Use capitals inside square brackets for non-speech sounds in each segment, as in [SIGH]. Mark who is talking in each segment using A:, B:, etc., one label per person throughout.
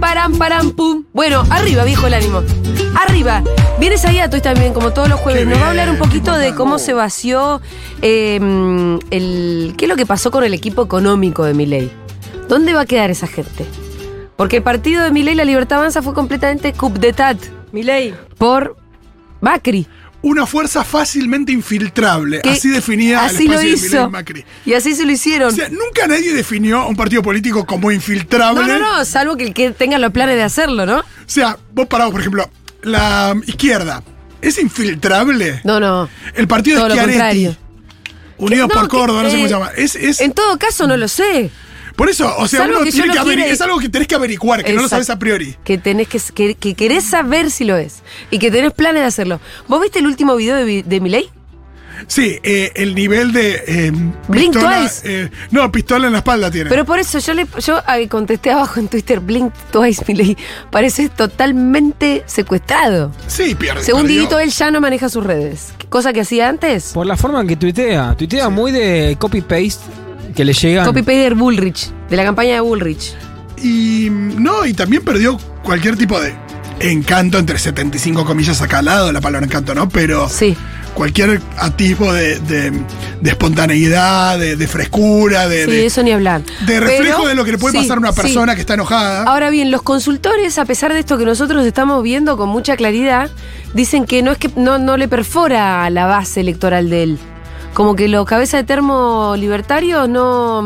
A: param, pum. Bueno, arriba, viejo el ánimo. Arriba. Vienes ahí a Toy también, como todos los jueves.
B: Qué
A: Nos va a
B: bien,
A: hablar un poquito
B: qué
A: de
B: bacán.
A: cómo se vació eh, el. ¿Qué es lo que pasó con el equipo económico de Milei? ¿Dónde va a quedar esa gente? Porque el partido de Milei, la Libertad Avanza, fue completamente cupdetat
C: Milei.
A: por Macri.
B: Una fuerza fácilmente infiltrable,
A: que
B: así definía
A: así
B: el
A: lo
B: espacio de
A: hizo.
B: Milei Macri.
A: Y así se lo hicieron.
B: O sea, nunca nadie definió a un partido político como infiltrable.
A: no, no, no, salvo que el que tenga los planes de hacerlo, ¿no?
B: O sea, vos parado, por ejemplo, la izquierda, ¿es infiltrable?
A: No, no.
B: El partido
A: Todo
B: de
A: lo
B: Schiaretti,
A: contrario.
B: Unidos
A: No,
B: por
A: que-
B: Córdoba, no sé
A: eh,
B: cómo se llama. Es, es-
A: En todo caso, no lo sé.
B: por eso, o sea,
A: salvo
B: uno
A: que yo
B: tiene
A: no
B: que averi-
A: quiera ir-
B: es algo que tenés que averiguar, que no lo
A: Exacto.
B: sabes a priori.
A: Que tenés que, que, que querés saber si lo es. Y que tenés planes de hacerlo. ¿Vos viste el último video de, Vi- de Milei?
B: Sí, eh, el nivel de. eh,
A: Blink
B: pistola,
A: Twice.
B: eh, no, pistola en la espalda tiene.
A: Pero por eso yo le yo eh, contesté abajo en Twitter, Blink Twice Milei. Parece totalmente secuestrado.
B: sí, pierde.
A: Según
B: perdió.
A: Diguito, él ya no maneja sus redes. Cosa que hacía antes.
D: Por la forma en que tuitea. Tuitea muy de copy-paste que le llegan.
A: Copy paste de Bullrich, de la campaña de Bullrich.
B: Y mm, no, y también perdió cualquier tipo de encanto, entre 75 comillas acá al lado, la palabra encanto, ¿no? Pero
A: Sí.
B: cualquier atisbo de, de- de espontaneidad, de, de frescura, de,
A: Sí,
B: Eh, de-
A: eso ni hablar.
B: de reflejo
A: Pero-
B: de lo que le puede
A: sí,
B: pasar a una
A: sí.
B: persona que está enojada.
A: Ahora bien, los consultores, a pesar de esto que nosotros estamos viendo con mucha claridad, dicen que no es que no, no le perfora a la base electoral de él. Como que los cabezas de termo libertarios no,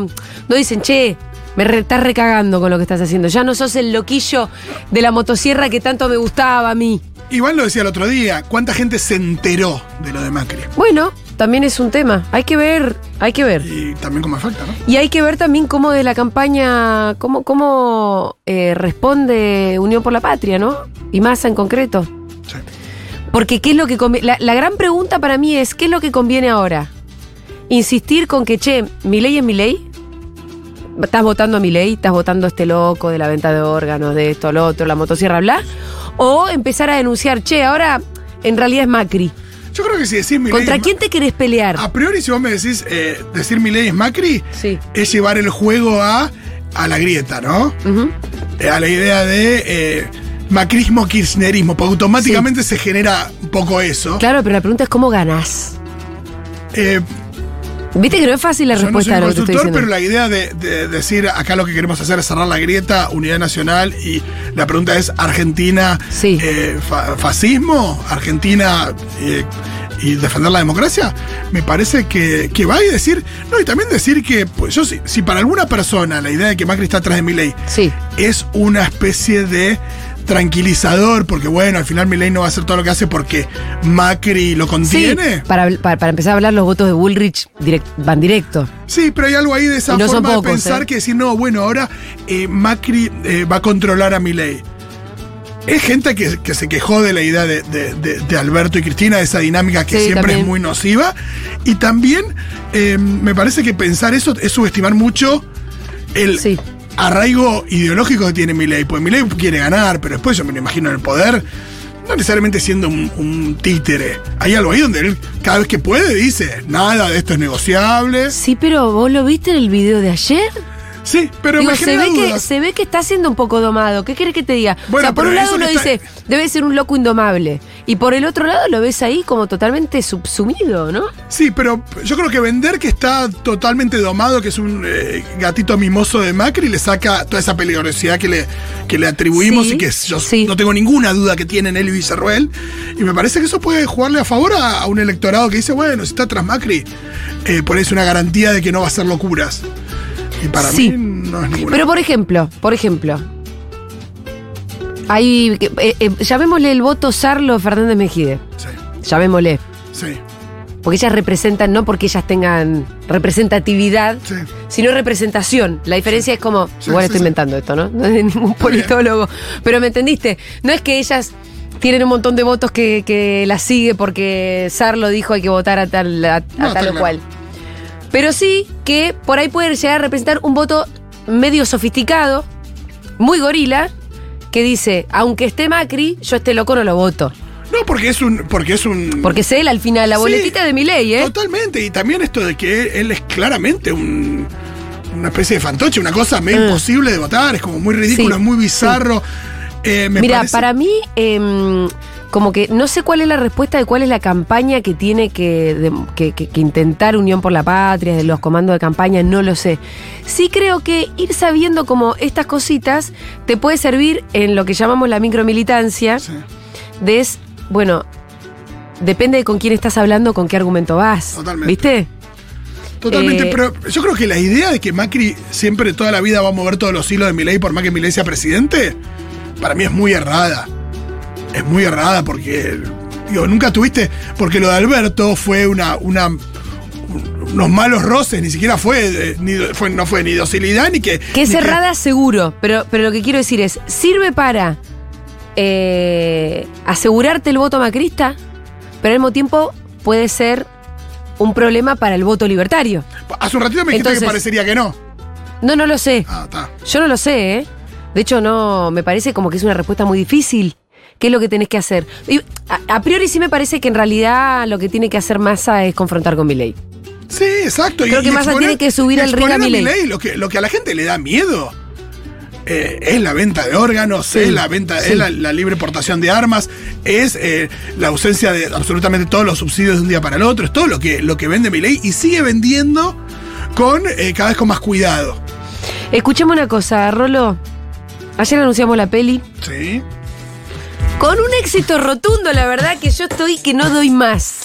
A: no dicen, che, me re- estás recagando con lo que estás haciendo. Ya no sos el loquillo de la motosierra que tanto me gustaba a mí.
B: Iván lo decía el otro día, ¿cuánta gente se enteró de lo de Macri?
A: Bueno, también es un tema. Hay que ver, hay que ver.
B: Y también como falta, ¿no?
A: Y hay que ver también cómo de la campaña, cómo, cómo eh, responde Unión por la Patria, ¿no? Y Massa en concreto.
B: Sí.
A: Porque qué es lo que convi- la, la gran pregunta para mí es, ¿qué es lo que conviene ahora? Insistir con que, che, mi ley es mi ley. Estás votando a mi ley, estás votando a este loco de la venta de órganos, de esto, lo otro, la motosierra, bla. O empezar a denunciar, che, ahora en realidad es Macri.
B: Yo creo que si decís mi
A: ¿Contra quién te querés pelear?
B: A priori, si vos me decís eh, decir mi ley es Macri,
A: Sí.
B: es llevar el juego a, a la grieta, ¿no?
A: Ujú.
B: Eh, a la idea de eh, macrismo, kirchnerismo, porque automáticamente se genera un poco eso.
A: Claro, pero la pregunta es cómo ganás.
B: Eh,
A: Viste que no es fácil la
B: yo no soy
A: respuesta
B: un
A: a lo que te estoy
B: consultor,
A: diciendo.
B: pero la idea de, de decir acá lo que queremos hacer es cerrar la grieta, unidad nacional, y la pregunta es: ¿Argentina
A: Sí.
B: eh, fa- fascismo? ¿Argentina eh, y defender la democracia? Me parece que, que va y decir. No, y también decir que, pues, yo, si, si para alguna persona la idea de que Macri está atrás de mi ley
A: Sí,
B: es una especie de tranquilizador, porque bueno, al final Milei no va a hacer todo lo que hace porque Macri lo
A: sí.
B: contiene.
A: Para, habl- para, para empezar a hablar, los votos de Bullrich direct- van directo.
B: Sí, pero hay algo ahí de esa
A: Y no son
B: forma
A: pocos,
B: de pensar
A: ¿eh?
B: que decir, no, bueno, ahora eh, Macri eh, va a controlar a Milei. Es gente que, que se quejó de la idea de, de- de- de Alberto y Cristina, de esa dinámica que
A: Sí,
B: siempre
A: también.
B: es muy nociva. Y también eh, me parece que pensar eso es subestimar mucho el
A: Sí.
B: arraigo ideológico que tiene Milei. Pues Milei quiere ganar, pero después yo me lo imagino en el poder, no necesariamente siendo un, un títere. Hay algo ahí donde él cada vez que puede dice, nada de esto es negociable.
A: Sí, pero vos lo viste en el video de ayer.
B: Sí, pero
A: Digo,
B: me
A: se,
B: genera
A: ve que,
B: dudas.
A: se ve que está siendo un poco domado. ¿Qué querés que te diga? o
B: Bueno,
A: sea, por
B: pero
A: un lado
B: eso
A: uno
B: que está-
A: dice, debe ser un loco indomable. Y por el otro lado lo ves ahí como totalmente subsumido, ¿no?
B: Sí, pero yo creo que vender que está totalmente domado, que es un eh, gatito mimoso de Macri, le saca toda esa peligrosidad que le, que le atribuimos
A: Sí,
B: y que yo
A: sí.
B: no tengo ninguna duda que tienen él y Villarroel. Y me parece que eso puede jugarle a favor a, a un electorado que dice, bueno, si está tras Macri, eh, por ahí es una garantía de que no va a hacer locuras. Y para
A: Sí.
B: mí no es ninguna.
A: Pero por ejemplo, por ejemplo, hay, eh, eh, llamémosle el voto Sarlo Fernández Mejide.
B: Sí,
A: Llamémosle.
B: sí,
A: Porque ellas representan, no porque ellas tengan representatividad,
B: sí.
A: sino representación. La diferencia es como,
B: Sí,
A: igual
B: sí,
A: estoy
B: sí.
A: inventando esto, ¿no? No es de ningún politólogo, pero me entendiste. No es que ellas tienen un montón de votos que, que las sigue porque Sarlo dijo hay que votar a tal, a, a
B: No, está
A: tal o
B: claro.
A: cual. Pero sí que por ahí puede llegar a representar un voto medio sofisticado, muy gorila, que dice, aunque esté Macri, yo a este loco no lo voto.
B: No, porque es un. Porque es un.
A: Porque es él al final, la
B: Sí.
A: boletita de mi ley, ¿eh?
B: Totalmente, y también esto de que él es claramente un- una especie de fantoche, una cosa medio
A: Mm.
B: imposible de votar, es como muy ridículo,
A: Sí,
B: muy bizarro. Eh, me
A: Mira,
B: parece-
A: para mí, em, como que no sé cuál es la respuesta de cuál es la campaña que tiene que, de- que- que- que intentar Unión por la Patria, de los comandos de campaña, no lo sé. Sí creo que ir sabiendo como estas cositas te puede servir en lo que llamamos la micromilitancia,
B: Sí,
A: de es, bueno, depende de con quién estás hablando, con qué argumento vas.
B: Totalmente.
A: ¿Viste?
B: Totalmente,
A: Eh,
B: pero yo creo que la idea de que Macri siempre toda la vida va a mover todos los hilos de Milei por más que Milei sea presidente, para mí es muy errada. Es muy errada porque, digo, nunca tuviste, porque lo de Alberto fue una, una unos malos roces, ni siquiera fue, eh, ni- fue- no fue ni docilidad ni que...
A: Que es
B: ni
A: cerrada seguro, pero, pero lo que quiero decir es, sirve para eh, asegurarte el voto macrista, pero al mismo tiempo puede ser un problema para el voto libertario.
B: Hace un ratito me dijiste que
A: Entonces-
B: parecería que no.
A: No, no lo sé.
B: Ah, está.
A: Yo no lo sé, ¿eh? De hecho, no, me parece como que es una respuesta muy difícil. ¿Qué es lo que tenés que hacer? Y a, a priori sí me parece que en realidad lo que tiene que hacer Massa es confrontar con Milei.
B: Sí, exacto.
A: Creo que Massa tiene que subir
B: y
A: al ring a
B: exponer
A: Milei.
B: Milei, Lo que, lo que a la gente le da miedo eh, es la venta de órganos, es la venta,
A: sí.
B: es la, la libre portación de armas, es eh, la ausencia de absolutamente todos los subsidios de un día para el otro, es todo lo que, lo que vende Milei y sigue vendiendo con eh, cada vez con más cuidado.
A: Escuchemos una cosa, Rolo. Ayer anunciamos la peli.
B: Sí.
A: Con un éxito rotundo, la verdad que yo estoy que no doy más.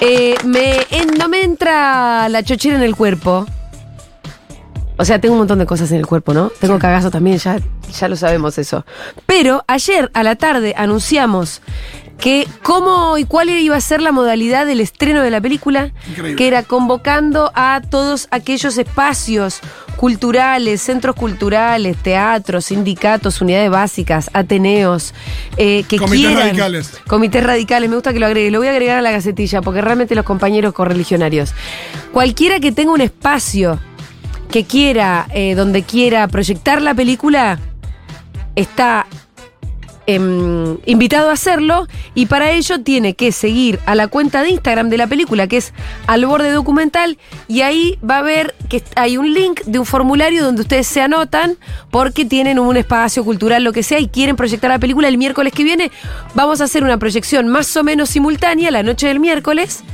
A: Eh, me, en- no me entra la chochera en el cuerpo. O sea, tengo un montón de cosas en el cuerpo, ¿no? Tengo cagazo también, ya, ya lo sabemos eso. Pero ayer a la tarde anunciamos que cómo y cuál iba a ser la modalidad del estreno de la película,
B: Increíble.
A: que era convocando a todos aquellos espacios culturales, centros culturales, teatros, sindicatos, unidades básicas, ateneos, eh, que
B: Comités
A: quieran-
B: radicales.
A: Comités radicales, me gusta que lo agregue. Lo voy a agregar a la gacetilla porque realmente los compañeros correligionarios. Cualquiera que tenga un espacio que quiera, eh, donde quiera proyectar la película, está em, invitado a hacerlo y para ello tiene que seguir a la cuenta de Instagram de la película que es al borde documental y ahí va a ver que est- hay un link de un formulario donde ustedes se anotan porque tienen un espacio cultural lo que sea y quieren proyectar la película el miércoles que viene vamos a hacer una proyección más o menos simultánea la noche del miércoles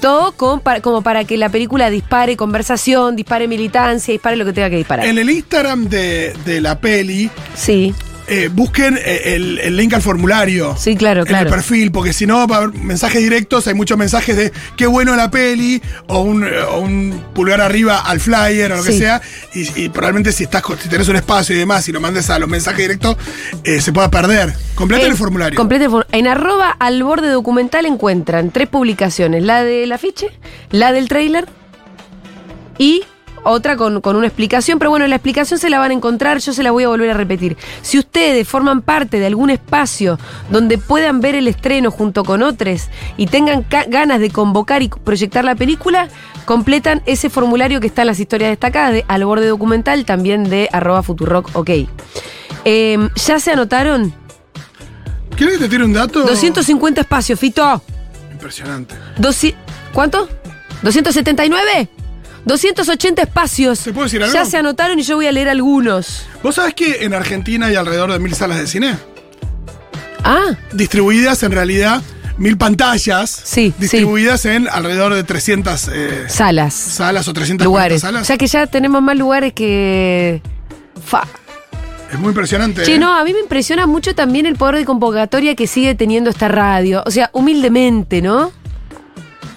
A: todo con- para- como para que la película dispare conversación, dispare militancia, dispare lo que tenga que disparar.
B: En el Instagram de, de la peli,
A: Sí,
B: eh, busquen eh, el, el link al formulario.
A: sí, claro,
B: en
A: claro.
B: el perfil, porque si no, va a haber mensajes directos, hay muchos mensajes de qué bueno la peli, o un, eh, o un pulgar arriba al flyer, o lo
A: Sí.
B: que sea, y, y probablemente si estás con- si tenés un espacio y demás, y lo mandes a los mensajes directos, eh, se pueda perder. Completa
A: En-
B: el formulario.
A: completa el for- en arroba al borde documental encuentran tres publicaciones, la del afiche, la del tráiler y otra con, con una explicación, pero bueno, la explicación se la van a encontrar, yo se la voy a volver a repetir. Si ustedes forman parte de algún espacio donde puedan ver el estreno junto con otros y tengan ca- ganas de convocar y proyectar la película, completan ese formulario que está en las historias destacadas de Al Borde Documental, también de arroba Futurock, ok. Em, ¿Ya se anotaron?
B: ¿Quieres que te tire un dato?
A: 250 espacios, Fito.
B: Impresionante.
A: Doci- ¿Cuánto? ¿279? 280 espacios.
B: ¿Te puedo decir algo?
A: Ya se anotaron y yo voy a leer algunos.
B: ¿Vos sabés que en Argentina hay alrededor de mil salas de cine?
A: Ah,
B: Distribuidas en realidad, mil pantallas.
A: Sí, sí.
B: Distribuidas en alrededor de 300 eh,
A: salas,
B: salas o 300
A: lugares.
B: salas.
A: O sea que ya tenemos más lugares que... Fa.
B: Es muy impresionante.
A: Che,
B: ¿eh?
A: no, a mí me impresiona mucho también el poder de convocatoria que sigue teniendo esta radio. O sea, humildemente, ¿no?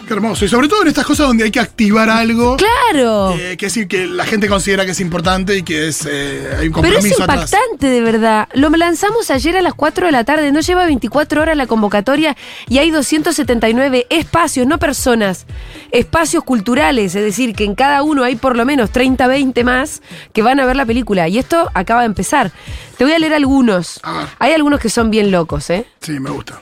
B: Qué hermoso. Y sobre todo en estas cosas donde hay que activar algo.
A: Claro.
B: eh, que sí, que la gente considera que es importante y que es eh, hay un
A: Pero es
B: compromiso atrás.
A: impactante, de verdad. Lo lanzamos ayer a las 4 de la tarde, no lleva 24 horas la convocatoria y hay 279 espacios, no personas, espacios culturales, es decir, que en cada uno hay por lo menos 30, 20 más que van a ver la película. Y esto acaba de empezar. Te voy a leer algunos.
B: A ver.
A: Hay algunos que son bien locos, ¿eh?
B: Sí, me gusta.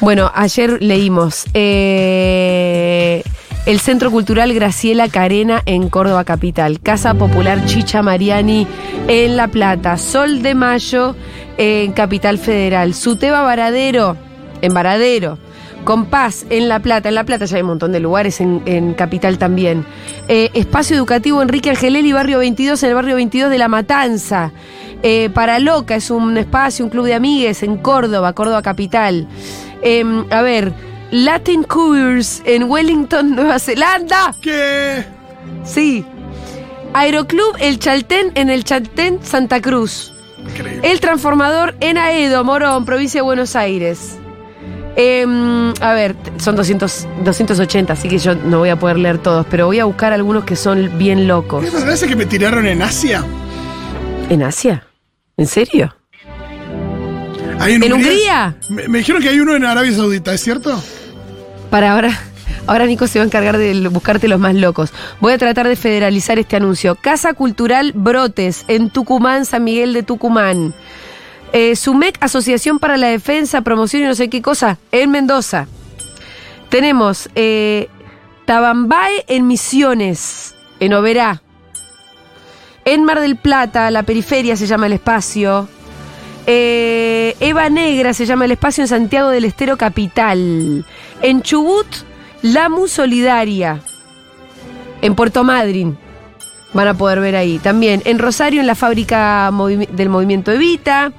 A: Bueno, ayer leímos eh, el Centro Cultural Graciela Carena en Córdoba Capital, Casa Popular Chicha Mariani en La Plata, Sol de Mayo en Capital Federal, Suteba Varadero en Varadero, Compás en La Plata, en La Plata ya hay un montón de lugares en, en Capital también, Eh, Espacio Educativo Enrique Angelelli, Barrio 22, en el Barrio 22 de La Matanza. Eh, para Loca es un espacio, un club de amigues en Córdoba, Córdoba Capital. Eh, a ver, Latin Cours en Wellington, Nueva Zelanda.
B: ¿Qué?
A: Sí. Aeroclub El Chaltén en El Chaltén, Santa Cruz.
B: Increíble.
A: El Transformador en Aedo, Morón, provincia de Buenos Aires. Em, a ver, son 200, 280, así que yo no voy a poder leer todos, pero voy a buscar algunos que son bien locos.
B: ¿Qué me parece que me tiraron en Asia?
A: ¿En Asia? ¿En serio?
B: Ahí
A: ¿En Hungría?
B: Me, me dijeron que hay uno en Arabia Saudita, ¿es cierto?
A: Para ahora, ahora Nico se va a encargar de buscarte los más locos. Voy a tratar de federalizar este anuncio. Casa Cultural Brotes, en Tucumán, San Miguel de Tucumán. Eh, SUMEC, Asociación para la Defensa, Promoción y no sé qué cosa, en Mendoza. Tenemos eh, Tabambae en Misiones, en Oberá. En Mar del Plata, la periferia se llama el espacio. Eh, Eva Negra se llama el espacio en Santiago del Estero Capital. En Chubut, Lamu Solidaria. En Puerto Madryn. Van a poder ver ahí. También en Rosario, en la fábrica movi- del movimiento Evita.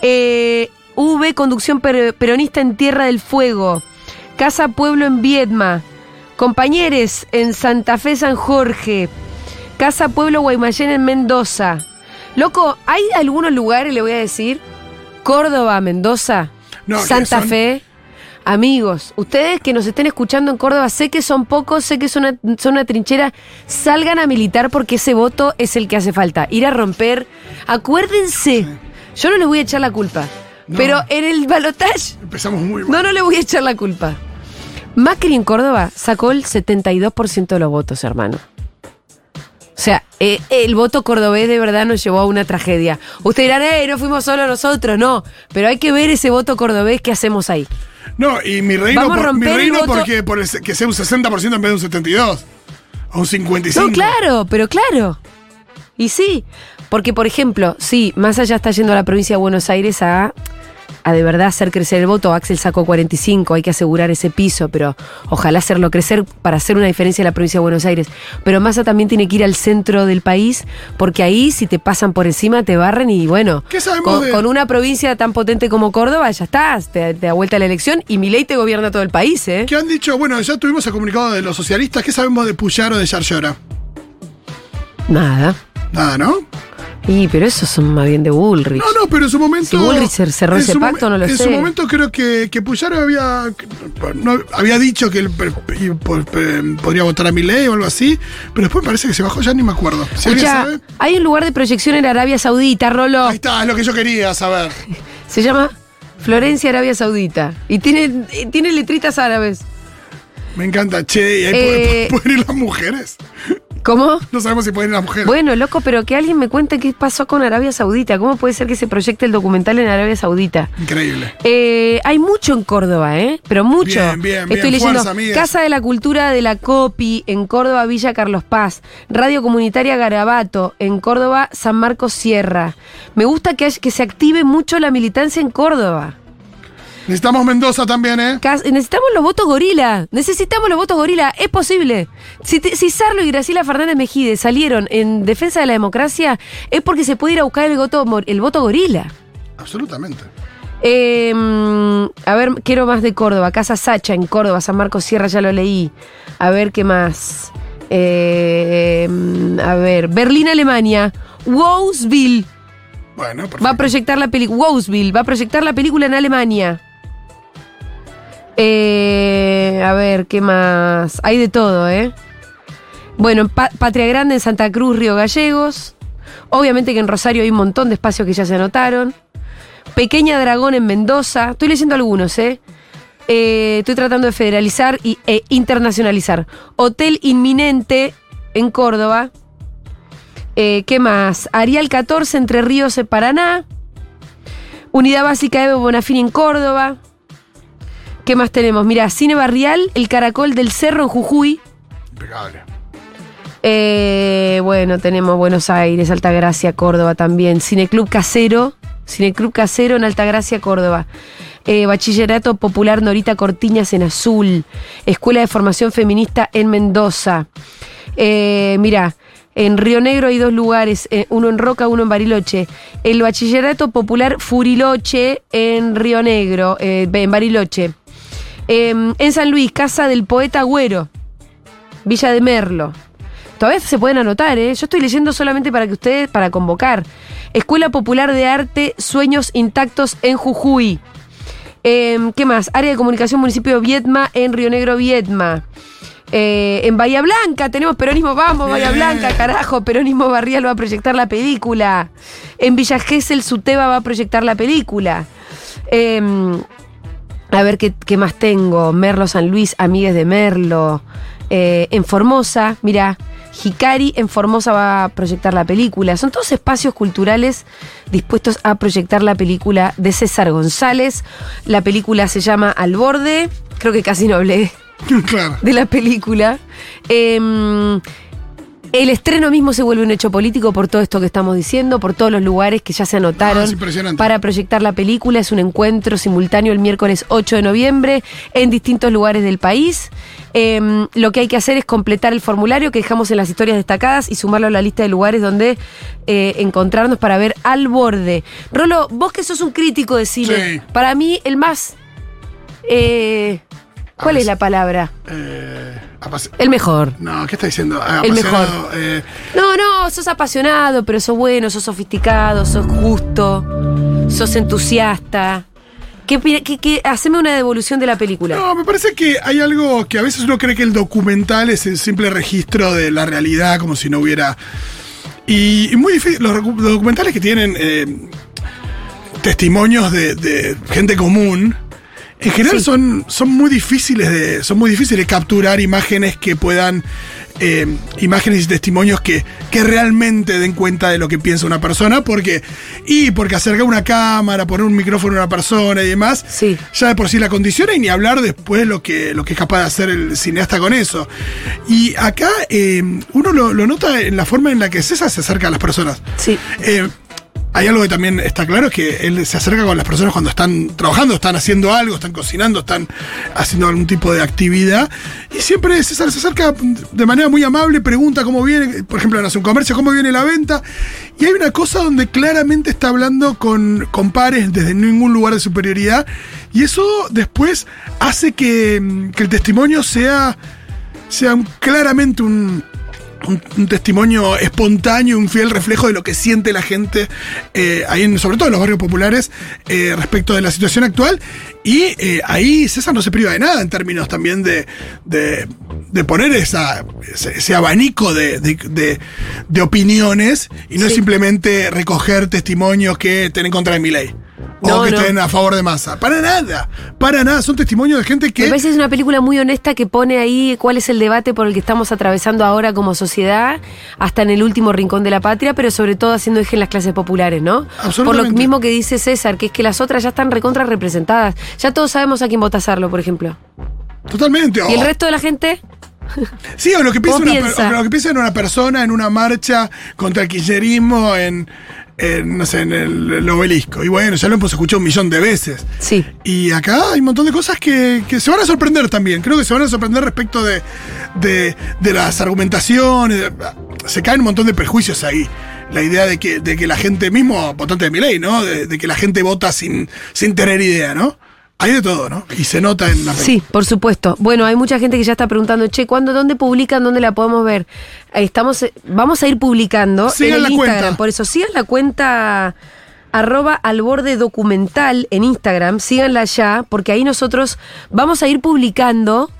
A: Eh, v, Conducción Per- Peronista en Tierra del Fuego. Casa Pueblo en Viedma. Compañeros en Santa Fe, San Jorge. Casa Pueblo Guaymallén en Mendoza. Loco, hay algunos lugares, le voy a decir, Córdoba, Mendoza,
B: No, que
A: Santa
B: son-
A: Fe. Amigos, ustedes que nos estén escuchando en Córdoba, sé que son pocos, sé que son una, son una trinchera, salgan a militar porque ese voto es el que hace falta. Ir a romper, acuérdense, yo no les voy a echar la culpa,
B: No.
A: pero en el balotaje
B: Empezamos muy mal.
A: no, no le voy a echar la culpa. Macri en Córdoba sacó el 72% de los votos, hermano. O sea, eh, el voto cordobés de verdad nos llevó a una tragedia. Usted dirán, eh, no fuimos solo nosotros, no. Pero hay que ver ese voto cordobés que hacemos ahí.
B: No, y mi reino,
A: Vamos a
B: por, mi
A: romper el
B: reino
A: voto-
B: porque por el se- que sea un 60% en vez de un 72. O un 55.
A: No, claro, pero claro. Y sí, porque por ejemplo, sí, más allá está yendo a la provincia de Buenos Aires a, a de verdad hacer crecer el voto. Axel sacó 45, hay que asegurar ese piso, pero ojalá hacerlo crecer para hacer una diferencia en la provincia de Buenos Aires. Pero Massa también tiene que ir al centro del país, porque ahí si te pasan por encima te barren y bueno,
B: ¿Qué sabemos
A: con,
B: de-
A: con una provincia tan potente como Córdoba ya estás, te, te da vuelta la elección y Milei te gobierna todo el país, ¿eh?
B: Que han dicho, bueno, ya tuvimos el comunicado de los socialistas. ¿Qué sabemos de Puyar o de Yarlora?
A: Nada.
B: Nada, ¿no?
A: Y pero esos son más bien de Bullrich.
B: No, no, pero en su momento.
A: Si Bullrich cer- cerró
B: en
A: ese
B: su momen-
A: pacto, no lo
B: en
A: sé.
B: su momento creo que, que Puyaro había, que- no- había dicho que él per- y por- per- podría votar a Milei o algo así, pero después parece que se bajó, ya ni me acuerdo. Si alguien
A: Escucha,
B: sabe,
A: hay un lugar de proyección en Arabia Saudita, Rolo.
B: ahí está, es lo que yo quería saber.
A: Se llama Florencia, Arabia Saudita. Y tiene, eh, tiene letritas árabes.
B: Me encanta, che, y ahí
A: Eh,
B: pueden, [LAUGHS] pueden ir las mujeres.
A: ¿Cómo?
B: No sabemos si pueden ir las mujeres.
A: Bueno, loco, pero que alguien me cuente qué pasó con Arabia Saudita. ¿Cómo puede ser que se proyecte el documental en Arabia Saudita?
B: Increíble.
A: Eh, hay mucho en Córdoba, ¿eh? Pero mucho.
B: Bien, bien, bien.
A: Estoy leyendo
B: Fuerza, amigues.
A: Casa de la Cultura de la Copi en Córdoba, Villa Carlos Paz. Radio Comunitaria Garabato en Córdoba, San Marcos Sierra. Me gusta que, hay- que se active mucho la militancia en Córdoba.
B: Necesitamos Mendoza también, ¿eh?
A: Cas- Necesitamos los votos gorila. Necesitamos los votos gorila. Es posible. Si, te- si Sarlo y Graciela Fernández Mejide salieron en defensa de la democracia, es porque se puede ir a buscar el voto, mor- el voto gorila.
B: Absolutamente.
A: Eh, mm, a ver, quiero más de Córdoba. Casa Sacha en Córdoba, San Marcos Sierra, ya lo leí. A ver, ¿qué más? Eh, mm, a ver, Berlín, Alemania. Wowsville
B: Bueno, perfecto.
A: va a proyectar la película. Wowsville va a proyectar la película en Alemania. Eh, a ver, ¿qué más? Hay de todo, ¿eh? Bueno, en Pa- Patria Grande, en Santa Cruz, Río Gallegos. Obviamente que en Rosario hay un montón de espacios que ya se anotaron. Pequeña Dragón en Mendoza. Estoy leyendo algunos, ¿eh? Eh, estoy tratando de federalizar y, e internacionalizar. Hotel Inminente en Córdoba. Eh, ¿Qué más? Arial 14, Entre Ríos, en Paraná. Unidad Básica Evo Bonafini en Córdoba. ¿Qué más tenemos? Mira, Cine Barrial, El Caracol del Cerro en Jujuy.
B: Impecable.
A: Eh, bueno, tenemos Buenos Aires, Altagracia, Córdoba también. Cineclub Casero, Cineclub Casero en Altagracia, Córdoba. Eh, Bachillerato Popular Norita Cortiñas en Azul. Escuela de Formación Feminista en Mendoza. Eh, mira, En Río Negro hay dos lugares, eh, uno en Roca, uno en Bariloche. El Bachillerato Popular Furiloche en Río Negro, eh, en Bariloche. Eh, en San Luis, Casa del Poeta Güero, Villa de Merlo. Todavía se pueden anotar, ¿eh? Yo estoy leyendo solamente para que ustedes, para convocar. Escuela Popular de Arte, Sueños Intactos en Jujuy. Eh, ¿Qué más? Área de Comunicación Municipio de Viedma en Río Negro Viedma. Eh, en Bahía Blanca tenemos Peronismo Vamos, Bahía
B: Bien.
A: Blanca, carajo. Peronismo Barrial va a proyectar la película. En Villa Gesell, Suteba va a proyectar la película. Eh, a ver qué, qué más tengo. Merlo San Luis, Amigues de Merlo. Eh, en Formosa, mira, Hikari en Formosa va a proyectar la película. Son todos espacios culturales dispuestos a proyectar la película de César González. La película se llama Al Borde. Creo que casi no hablé
B: claro.
A: de la película. Eh, el estreno mismo se vuelve un hecho político por todo esto que estamos diciendo, por todos los lugares que ya se
B: Ah,
A: anotaron
B: es impresionante.
A: para proyectar la película. Es un encuentro simultáneo el miércoles 8 de noviembre en distintos lugares del país. Eh, lo que hay que hacer es completar el formulario que dejamos en las historias destacadas y sumarlo a la lista de lugares donde eh, encontrarnos para ver al borde. Rolo, vos que sos un crítico de cine,
B: Sí.
A: para mí el más... eh, ¿Cuál
B: Ah,
A: es la palabra?
B: Eh, apase-
A: El mejor.
B: no, ¿qué está diciendo? Ah,
A: El
B: apasionado, eh,
A: No, no, sos apasionado, pero sos bueno, sos sofisticado, sos justo, sos entusiasta. ¿Qué, pi- qué- qué- haceme una devolución de la película.
B: No, me parece que hay algo que a veces uno cree que el documental es el simple registro de la realidad, como si no hubiera. Y, y muy difícil. Los recu- los documentales que tienen eh, testimonios de, de gente común. En general
A: Sí.
B: son, son muy difíciles de. Son muy difíciles de capturar imágenes que puedan. eh, imágenes y testimonios que, que realmente den cuenta de lo que piensa una persona. Porque. Y porque acercar una cámara, poner un micrófono a una persona y demás
A: Sí.
B: ya de por sí la condiciona y ni hablar después lo que, lo que es capaz de hacer el cineasta con eso. Y acá eh, uno lo, lo nota en la forma en la que César se acerca a las personas.
A: Sí.
B: Eh, hay algo que también está claro, es que él se acerca con las personas cuando están trabajando, están haciendo algo, están cocinando, están haciendo algún tipo de actividad. Y siempre César se acerca de manera muy amable, pregunta cómo viene, por ejemplo, en hace un comercio, cómo viene la venta. Y hay una cosa donde claramente está hablando con, con pares desde ningún lugar de superioridad. Y eso después hace que, mm, que el testimonio sea, sea un- claramente un un, un testimonio espontáneo, un fiel reflejo de lo que siente la gente, eh, ahí en- sobre todo en los barrios populares, eh, respecto de la situación actual. Y eh, ahí César no se priva de nada en términos también de, de, de poner esa, ese, ese abanico de, de- de- de opiniones y
A: Sí.
B: no es simplemente recoger testimonios que estén en contra de mi ley. O
A: No,
B: que
A: no.
B: estén a favor de masa. Para nada. Para nada. Son testimonios de gente
A: Me
B: que.
A: parece que es una película muy honesta que pone ahí cuál es el debate por el que estamos atravesando ahora como sociedad, hasta en el último rincón de la patria, pero sobre todo haciendo eje en las clases populares, ¿no? Por lo
B: Absolutamente.
A: mismo que dice César, que es que las otras ya están recontra representadas. Ya todos sabemos a quién vota Sarlo, por ejemplo.
B: Totalmente.
A: ¿Y el
B: Oh.
A: resto de la gente?
B: Sí, o lo que piensa,
A: ¿Vos
B: una, per-
A: piensa?
B: o lo que piensa en una persona en una marcha contra el kirchnerismo en, en, no sé, en el, el obelisco. Y bueno, ya lo hemos escuchado un millón de veces.
A: Sí.
B: Y acá hay un montón de cosas que, que se van a sorprender también. Creo que se van a sorprender respecto de, de, de las argumentaciones. Se caen un montón de prejuicios ahí. La idea de que, de que la gente mismo, votante de mi ley, ¿no? De, de que la gente vota sin, sin tener idea, ¿no? Hay de todo, ¿no? Y se nota en la
A: Sí, por supuesto. Bueno, hay mucha gente que ya está preguntando, che, ¿cuándo, dónde publican, dónde la podemos ver? Eh, Estamos, eh, vamos a ir publicando
B: Sigan
A: en el
B: la
A: Instagram.
B: cuenta.
A: Por eso sigan la cuenta arroba al borde documental en Instagram, síganla ya, porque ahí nosotros vamos a ir publicando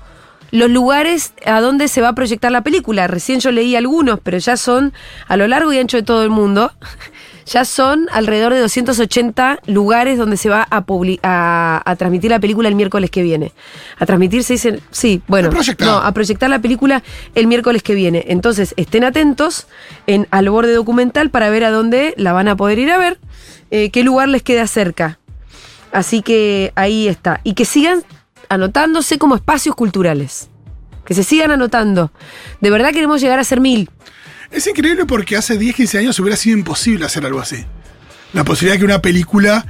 A: los lugares a donde se va a proyectar la película. Recién yo leí algunos, pero ya son a lo largo y ancho de todo el mundo. [LAUGHS] Ya son alrededor de 280 lugares donde se va a, publi- a, a transmitir la película el miércoles que viene. A transmitir se dice, sí, bueno,
B: A proyectar.
A: no, a proyectar la película el miércoles que viene. Entonces, estén atentos en Al Borde Documental para ver a dónde la van a poder ir a ver, eh, qué lugar les queda cerca. Así que ahí está. Y que sigan anotándose como espacios culturales. Que se sigan anotando. De verdad queremos llegar a ser mil.
B: Es increíble porque hace 10, 15 años hubiera sido imposible hacer algo así. La posibilidad de que una película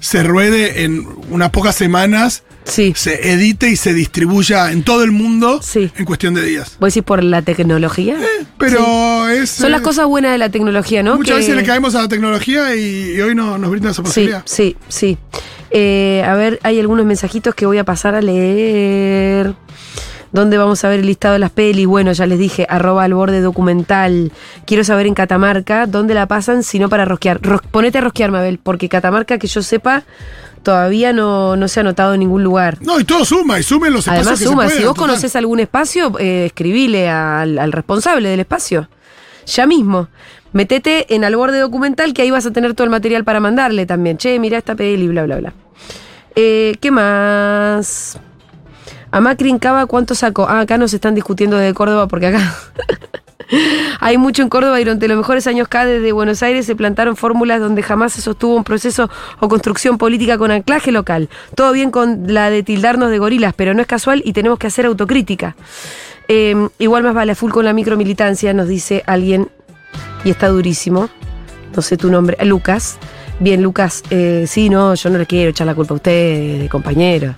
B: se ruede en unas pocas semanas
A: Sí.
B: se edite y se distribuya en todo el mundo
A: Sí.
B: en cuestión de días.
A: ¿Vos decís por la tecnología?
B: Pero es.
A: Son las
B: eh,
A: cosas buenas de la tecnología, ¿no?
B: Muchas
A: Que-
B: veces le caemos a la tecnología y, y hoy no, nos brinda esa
A: Sí,
B: posibilidad.
A: sí, sí. Eh, a ver, hay algunos mensajitos que voy a pasar a leer. ¿Dónde vamos a ver el listado de las pelis? Bueno, ya les dije, arroba al borde documental. Quiero saber en Catamarca, ¿dónde la pasan si no para rosquear? Ros- ponete a rosquear, Mabel, porque Catamarca, que yo sepa, todavía no, no se ha anotado en ningún lugar.
B: No, y todo suma, y sumen los espacios
A: Además,
B: que se
A: suma,
B: puedan,
A: si vos
B: total.
A: conocés algún espacio, eh, escribile al, al responsable del espacio. Ya mismo. Metete en al borde documental que ahí vas a tener todo el material para mandarle también. Che, mirá esta peli, bla, bla, bla. Eh, ¿Qué más? A Macri en Cava, ¿cuánto sacó? Ah, acá nos están discutiendo de Córdoba porque acá. Hay mucho en Córdoba y durante los mejores años acá desde Buenos Aires se plantaron fórmulas donde jamás se sostuvo un proceso o construcción política con anclaje local. Todo bien con la de tildarnos de gorilas, pero no es casual y tenemos que hacer autocrítica. Eh, igual más vale a full con la micromilitancia, nos dice alguien, y está durísimo. No sé tu nombre, eh, Lucas. Bien, Lucas, eh, sí, no, yo no le quiero echar la culpa a usted, compañero.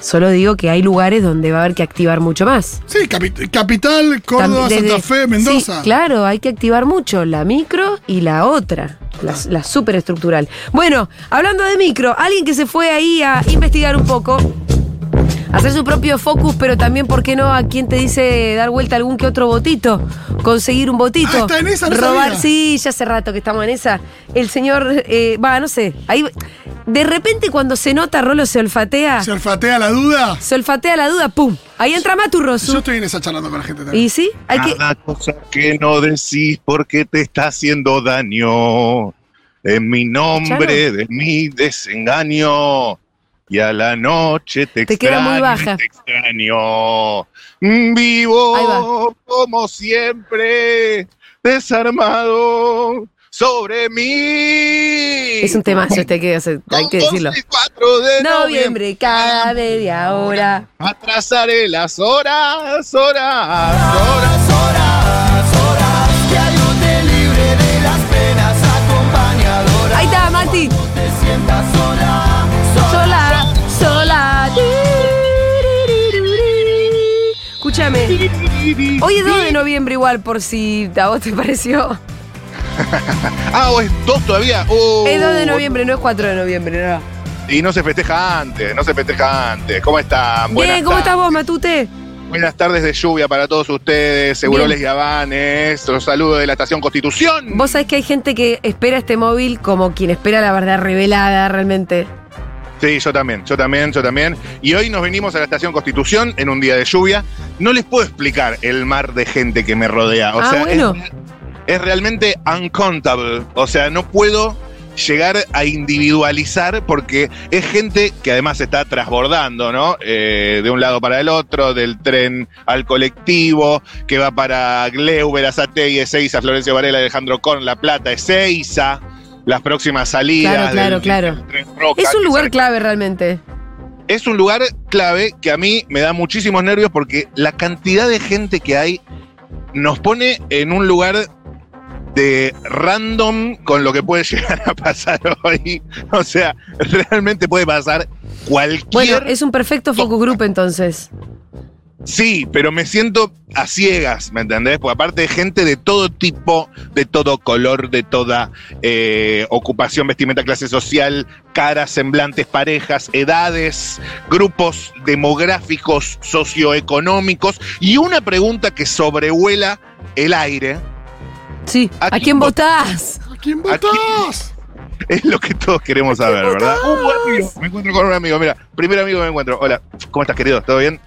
A: Solo digo que hay lugares donde va a haber que activar mucho más.
B: Sí, capi- Capital, Córdoba,
A: También
B: Santa
A: desde-
B: Fe, Mendoza.
A: Sí, claro, hay que activar mucho la micro y la otra, la, la superestructural. Bueno, hablando de micro, alguien que se fue ahí a investigar un poco, hacer su propio focus, pero también, ¿por qué no? A quien te dice dar vuelta algún que otro botito, conseguir un botito.
B: Ah, está en esa, no
A: robar,
B: sabía.
A: sí, ya hace rato que estamos en esa. El señor, eh, va, no sé, ahí, de repente cuando se nota, Rolo se olfatea,
B: Se olfatea la duda.
A: se olfatea la duda, ¡pum! Ahí entra Maturroso.
B: Yo estoy en esa charlando con la gente también.
A: Y sí, hay
B: Ah,
A: que...
C: Cada cosa que no decís porque te está haciendo daño. En mi nombre, de mi desengaño. Y a la noche te,
A: Te queda muy
C: extraño y
A: baja.
C: Te extraño.
A: Ahí
C: Vivo
A: va.
C: como siempre, desarmado sobre mí.
A: Es un temazo este que hace, hay que
C: Con
A: decirlo.
C: 24 de
A: Noviembre, cada media hora.
C: Atrasaré las horas, horas, horas.
A: Ahí está, Mati. Sola, sola. Escúchame. Hoy es 2 de noviembre igual, por si a vos te pareció.
C: Ah, o es dos todavía. Oh.
A: Es 2 de noviembre, no es 4 de noviembre, no.
C: Y no se festeja antes, no se festeja antes. ¿Cómo están?
A: Bien, ¿cómo estás
C: tardes.
A: vos, Matute?
C: Buenas tardes de lluvia para todos ustedes, Seguroles
A: Bien.
C: y Habanes. Los saludos de la estación Constitución.
A: Vos sabés que hay gente que espera este móvil como quien espera la verdad revelada realmente.
C: Sí, yo también, yo también, yo también. Y hoy nos venimos a la estación Constitución en un día de lluvia. No les puedo explicar el mar de gente que me rodea. O
A: Ah,
C: sea,
A: bueno.
C: es, es realmente uncontable. O sea, no puedo llegar a individualizar porque es gente que además se está transbordando, ¿no? Eh, de un lado para el otro, del tren al colectivo, que va para Gleuber, Azatei, Ezeiza, Florencio Varela, Alejandro Con, La Plata, Ezeiza. Las próximas salidas.
A: Claro, claro, claro.
C: del- del tren Roca,
A: Es un
C: que
A: lugar
C: sale-
A: clave realmente.
C: es un lugar clave que a mí me da muchísimos nervios porque la cantidad de gente que hay nos pone en un lugar de random con lo que puede [LAUGHS] llegar a pasar hoy. O sea, realmente puede pasar cualquier...
A: Bueno, es un perfecto focus group entonces.
C: Sí, pero me siento a ciegas, ¿me entendés? Porque aparte de gente de todo tipo, de todo color, de toda eh, ocupación, vestimenta, clase social, caras, semblantes, parejas, edades, grupos demográficos, socioeconómicos. Y una pregunta que sobrevuela el aire
A: Sí.
C: ¿A
A: ¿A
C: quién
A: quién
C: vot-
A: votás?
B: ¿A quién
C: ¿A quién?
B: votás?
C: [LAUGHS] es lo que todos queremos saber, ¿verdad? Un amigo. Me encuentro con un amigo, mira, primer amigo que me encuentro. Hola, ¿cómo estás, querido? ¿Todo bien?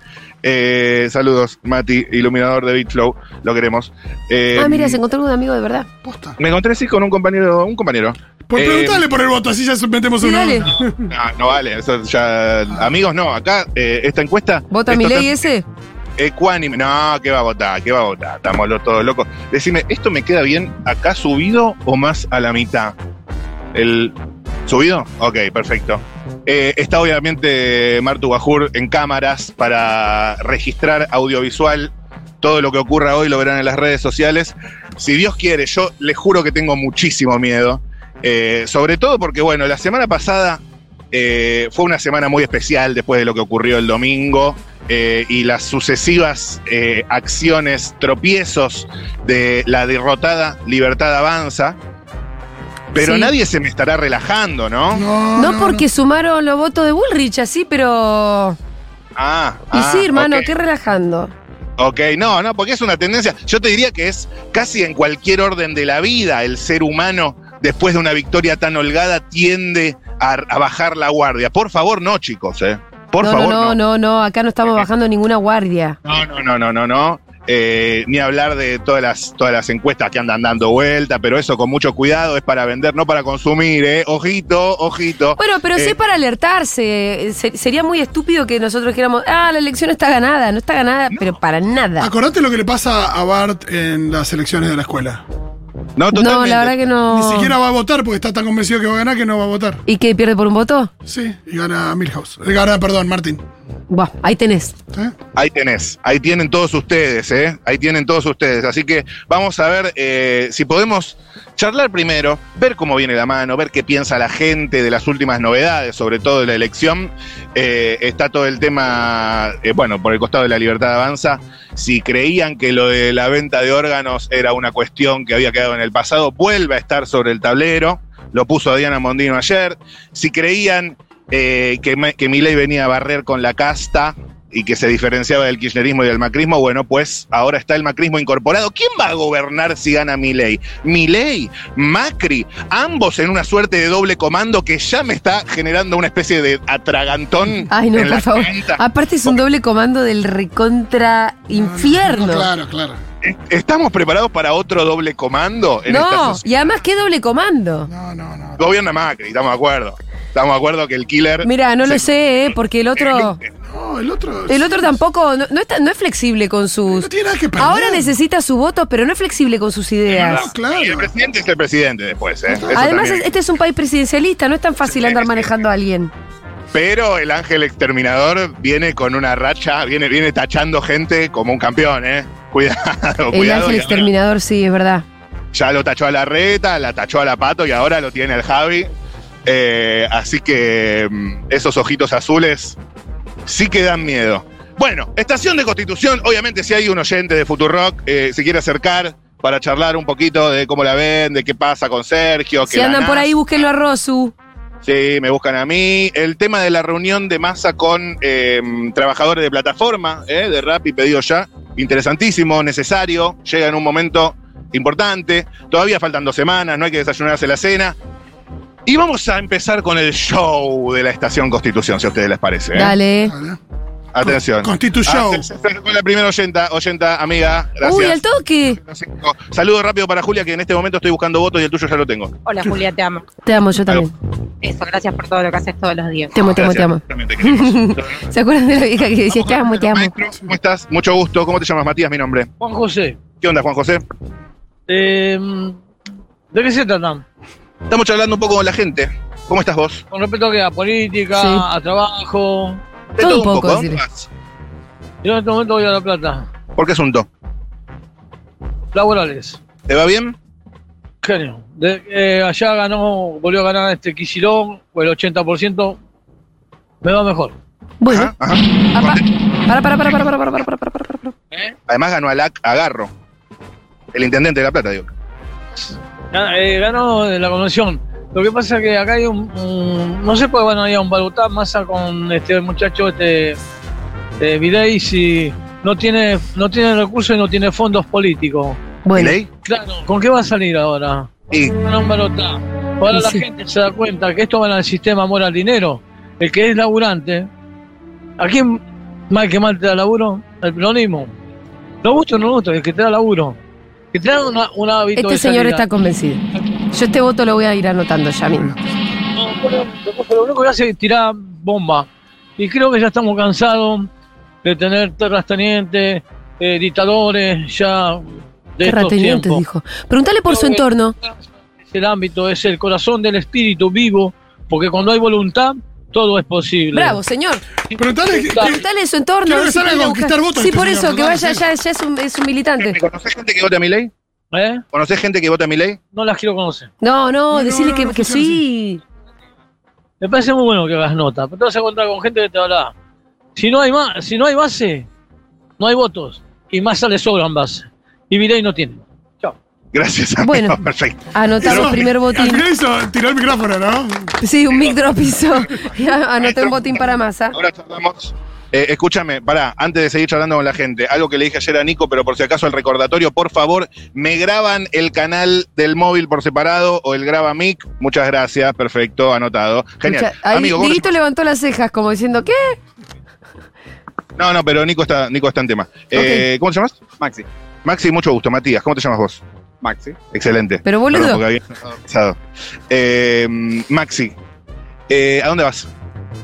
C: Eh, saludos, Mati, iluminador de Beat Flow, lo queremos. Eh,
A: Ah, mira, se encontró un amigo de verdad.
B: Posta.
C: Me encontré sí con un compañero, un compañero.
B: Pues
C: Eh, ah,
B: preguntale por el voto, así ya metemos
A: Sí,
B: una.
A: dale.
C: No, no vale, eso ya. Amigos, no, acá eh, esta encuesta.
A: ¿Vota
C: es
A: mi ley
C: total-
A: ese?
C: Ecuánime. No, ¿qué va a votar? ¿Qué va a votar? Estamos lo- todos locos. Decime, ¿esto me queda bien acá subido o más a la mitad? ¿El subido? Ok, perfecto. Eh, está obviamente Martu Bajur en cámaras para registrar audiovisual. Todo lo que ocurra hoy lo verán en las redes sociales. Si Dios quiere, yo les juro que tengo muchísimo miedo. Eh, sobre todo porque, bueno, la semana pasada Eh, fue una semana muy especial después de lo que ocurrió el domingo eh, y las sucesivas eh, acciones, tropiezos de la derrotada Libertad Avanza. Pero
A: Sí.
C: nadie se me estará relajando, ¿no?
B: No,
A: No porque sumaron los votos de Bullrich, así, pero.
C: Ah,
A: Y
C: ah,
A: sí, hermano,
C: ok.
A: qué relajando.
C: Ok, no, no, porque es una tendencia. Yo te diría que es casi en cualquier orden de la vida el ser humano, después de una victoria tan holgada, tiende a, a bajar la guardia. Por favor, no, chicos, ¿eh? Por
A: no,
C: favor,
A: no, no, no, no, acá no estamos bajando ninguna guardia.
C: no, no, no, no, no, no. Eh, ni hablar de todas las, todas las encuestas que andan dando vuelta, pero eso con mucho cuidado es para vender, no para consumir, ¿eh? Ojito, ojito.
A: Bueno, pero sí
C: Eh,
A: para alertarse. Se- sería muy estúpido que nosotros dijéramos, ah, la elección está ganada. No está ganada, pero para nada.
B: Acordate lo que le pasa a Bart en las elecciones de la escuela.
C: No,
A: No,
C: totalmente.
A: la verdad que no.
B: Ni siquiera va a votar porque está tan convencido que va a ganar que no va a votar.
A: ¿Y que pierde por un voto?
B: Sí, y gana Milhouse. Eh, Gana, perdón, Martín.
A: Buah, ahí tenés.
B: ¿Eh?
C: Ahí tenés, ahí tienen todos ustedes, ¿eh? Ahí tienen todos ustedes. Así que vamos a ver eh, si podemos charlar primero, ver cómo viene la mano, ver qué piensa la gente de las últimas novedades, sobre todo de la elección. Eh, está todo el tema, eh, bueno, por el costado de la libertad avanza. Si creían que lo de la venta de órganos era una cuestión que había quedado en el pasado, vuelve a estar sobre el tablero. Lo puso Diana Mondino ayer. Si creían eh, que, me- que Milei venía a barrer con la casta y que se diferenciaba del kirchnerismo y del macrismo, bueno, pues ahora está el macrismo incorporado. ¿Quién va a gobernar si gana Milei? Milei, Macri, ambos en una suerte de doble comando que ya me está generando una especie de atragantón
A: Ay, no,
C: en la
A: por favor.
C: garganta.
A: Aparte es un doble comando del recontra infierno.
B: No,
A: No,
B: claro, claro.
C: Eh, ¿Estamos preparados para otro doble comando en esta sociedad?
A: y además, ¿qué doble comando?
B: No, no, no.
C: Gobierna Macri, estamos de acuerdo. Estamos de acuerdo que el killer...
A: Mira, no lo
C: se-
A: sé, ¿eh? porque el otro.
B: No, el otro.
A: El otro tampoco. No, no está- no es flexible con sus.
B: No tiene nada que perder.
A: Ahora necesita su voto, pero no es flexible con sus ideas.
B: No, claro.
C: Y el presidente es el presidente después, ¿eh? Eso
A: Además,
C: también.
A: es- este es un país presidencialista, no es tan fácil
C: Sí,
A: andar
C: sí,
A: manejando a alguien.
C: Pero el ángel exterminador viene con una racha, viene, viene tachando gente como un campeón, ¿eh? [LAUGHS] Cuidado,
A: El
C: cuidado.
A: ángel
C: y ahora
A: exterminador, sí, es verdad.
C: Ya lo tachó a la reta, la tachó a la pato y ahora lo tiene el Javi. Eh, así que mm, esos ojitos azules sí que dan miedo. Bueno, estación de constitución, obviamente si hay un oyente de Futurock, eh, se quiere acercar para charlar un poquito de cómo la ven, de qué pasa con Sergio. que
A: Si
C: la
A: andan por
C: nada-
A: ahí, búsquenlo a Rosu.
C: Sí, me buscan a mí. El tema de la reunión de masa con eh, trabajadores de plataforma, eh, de rap y pedido ya, interesantísimo, necesario, llega en un momento importante. Todavía faltan dos semanas, no hay que desayunarse la cena. Y vamos a empezar con el show de la Estación Constitución, si a ustedes les parece. ¿eh?
A: Dale.
B: Vale.
C: Atención.
B: Constitu Show.
C: Ah, se- se- se- con la primera oyenta, oyenta, amiga. Gracias.
A: Uy, al toque.
C: Francisco. Saludo rápido para Julia, que en este momento estoy buscando votos y el tuyo ya lo tengo.
E: Hola Julia, te amo.
A: Te amo, yo también.
E: Eso, gracias por todo lo que haces todos los días.
A: Te amo, te amo, te amo.
C: Gracias. También te queremos.
A: [LAUGHS] ¿Se acuerdan de la vieja que decía, te amo, te amo?
C: Maestro, ¿cómo estás? Mucho gusto. ¿Cómo te llamas, Matías? Mi nombre.
F: Juan José,
C: ¿Qué onda, Juan José?
F: eh, ¿de qué se tratan?
C: Estamos charlando un poco con la gente. ¿Cómo estás vos?
F: Con respecto a, qué? a política,
A: Sí.
F: a trabajo.
C: De
A: Todo un poco,
C: ¿eh?
A: decirle.
F: Yo en este momento voy a La Plata.
C: ¿Por qué asunto?
F: Laborales.
C: ¿Te va bien?
F: Genio. De- eh, allá ganó, volvió a ganar este Quisirón, el 80%. Me va mejor.
A: Bueno,
C: Ajá,
A: apa- para,
C: ajá.
A: para, para, para, para, para, para, para, para, para, para.
C: Además ganó a LAC Agarro. El intendente de La Plata, digo.
F: Gana- eh, ganó de la convención. Lo que pasa es que acá hay un. un- no sé, pues bueno, hay un balotá masa con este muchacho, este. Eh, Videi, si no tiene, no tiene recursos y no tiene fondos políticos.
A: Bueno,
C: ¿Milei?
F: Claro, ¿con qué va a salir ahora?
C: Y
F: Con un balotá. Ahora
A: Y
F: la
A: sí.
F: gente se da cuenta que esto va al sistema amor al dinero. El que es laburante, ¿a quién mal que mal te da laburo? El peronismo. No gusta o no gusta, el que te da laburo. Que te da una, un hábito
A: este
F: de
A: señor
F: salida.
A: está convencido. Yo este voto lo voy a ir anotando ya mismo.
F: No, bueno, Lo único que hace es tirar bomba. Y creo que ya estamos cansados de tener terras tenientes, eh, dictadores, ya de estos
A: Terratenientes,
F: tiempos.
A: dijo. Pregúntale por su
F: Creo que
A: entorno.
F: Es el ámbito, es el corazón del espíritu vivo, porque cuando hay voluntad, todo es posible.
A: Bravo, señor.
B: Preguntale. que- que-
A: Preguntale su entorno.
B: Claro,
A: a ver si
B: sale a
A: puede
B: conquistar
A: buscar.
B: votos
A: Sí,
B: este
A: por
B: señor,
A: eso, que
B: claro,
A: vaya
B: sí.
A: ya, ya es un, es un militante.
C: ¿Conocés gente que vota a Milei?
F: ¿Eh?
C: ¿Conocés gente que vota a Milei?
F: No las quiero conocer.
A: No, no,
B: No,
A: decirle
B: no,
A: que,
B: no
A: que
B: funciona
A: sí.
F: Me parece muy bueno que hagas nota, pero te vas a encontrar con gente que te habla. Si no hay más, si no hay base, no hay votos. Y Massa le sobran base. Y Milei no tiene.
C: Gracias, amigo.
A: Bueno.
C: [LAUGHS] Perfecto.
A: Anotamos
B: Eso,
A: primer
B: Al
A: botín.
B: final hizo, tiró el micrófono, ¿no?
A: Sí, un mic drop [LAUGHS] hizo. Anoté un botín para masa.
C: Ahora charlamos. Eh, escúchame, pará, antes de seguir charlando con la gente, algo que le dije ayer a Nico, pero por si acaso el recordatorio, por favor, me graban el canal del móvil por separado o el graba mic. Muchas gracias, perfecto, anotado. Genial.
A: Escucha, ahí
C: Amigo, ¿cómo
A: Dieguito levantó las cejas como diciendo, ¿qué?
C: No, no, pero Nico está, Nico está en tema. Eh, ¿Cómo te llamas?
G: Maxi,
C: Maxi, mucho gusto. Matías, ¿cómo te llamas vos?
G: Maxi.
C: Excelente.
A: Pero
C: Perdón,
A: boludo.
C: porque había pensado. Eh, Maxi, eh, ¿a dónde vas?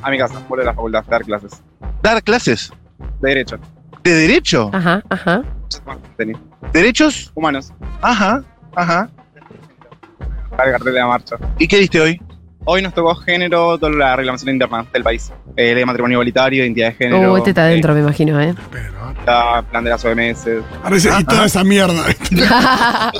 G: A Ah, mi casa, vuelvo de la facultad, dar clases.
C: ¿Dar clases?
G: De derecho.
C: ¿De derecho?
A: Ajá, ajá.
G: Tenis.
C: ¿Derechos?
G: Humanos.
C: Ajá, ajá.
G: Para el cartel de la marcha.
C: ¿Y qué diste hoy?
G: Hoy nos tocó género, toda la reglamentación interna del país. Eh, ley de matrimonio igualitario, identidad de género.
A: Uh, este está adentro, me imagino, ¿eh?
B: Pero.
G: eh, la- plan de las OMS. Que
B: Ahora dice, y toda esa mierda.
G: ah,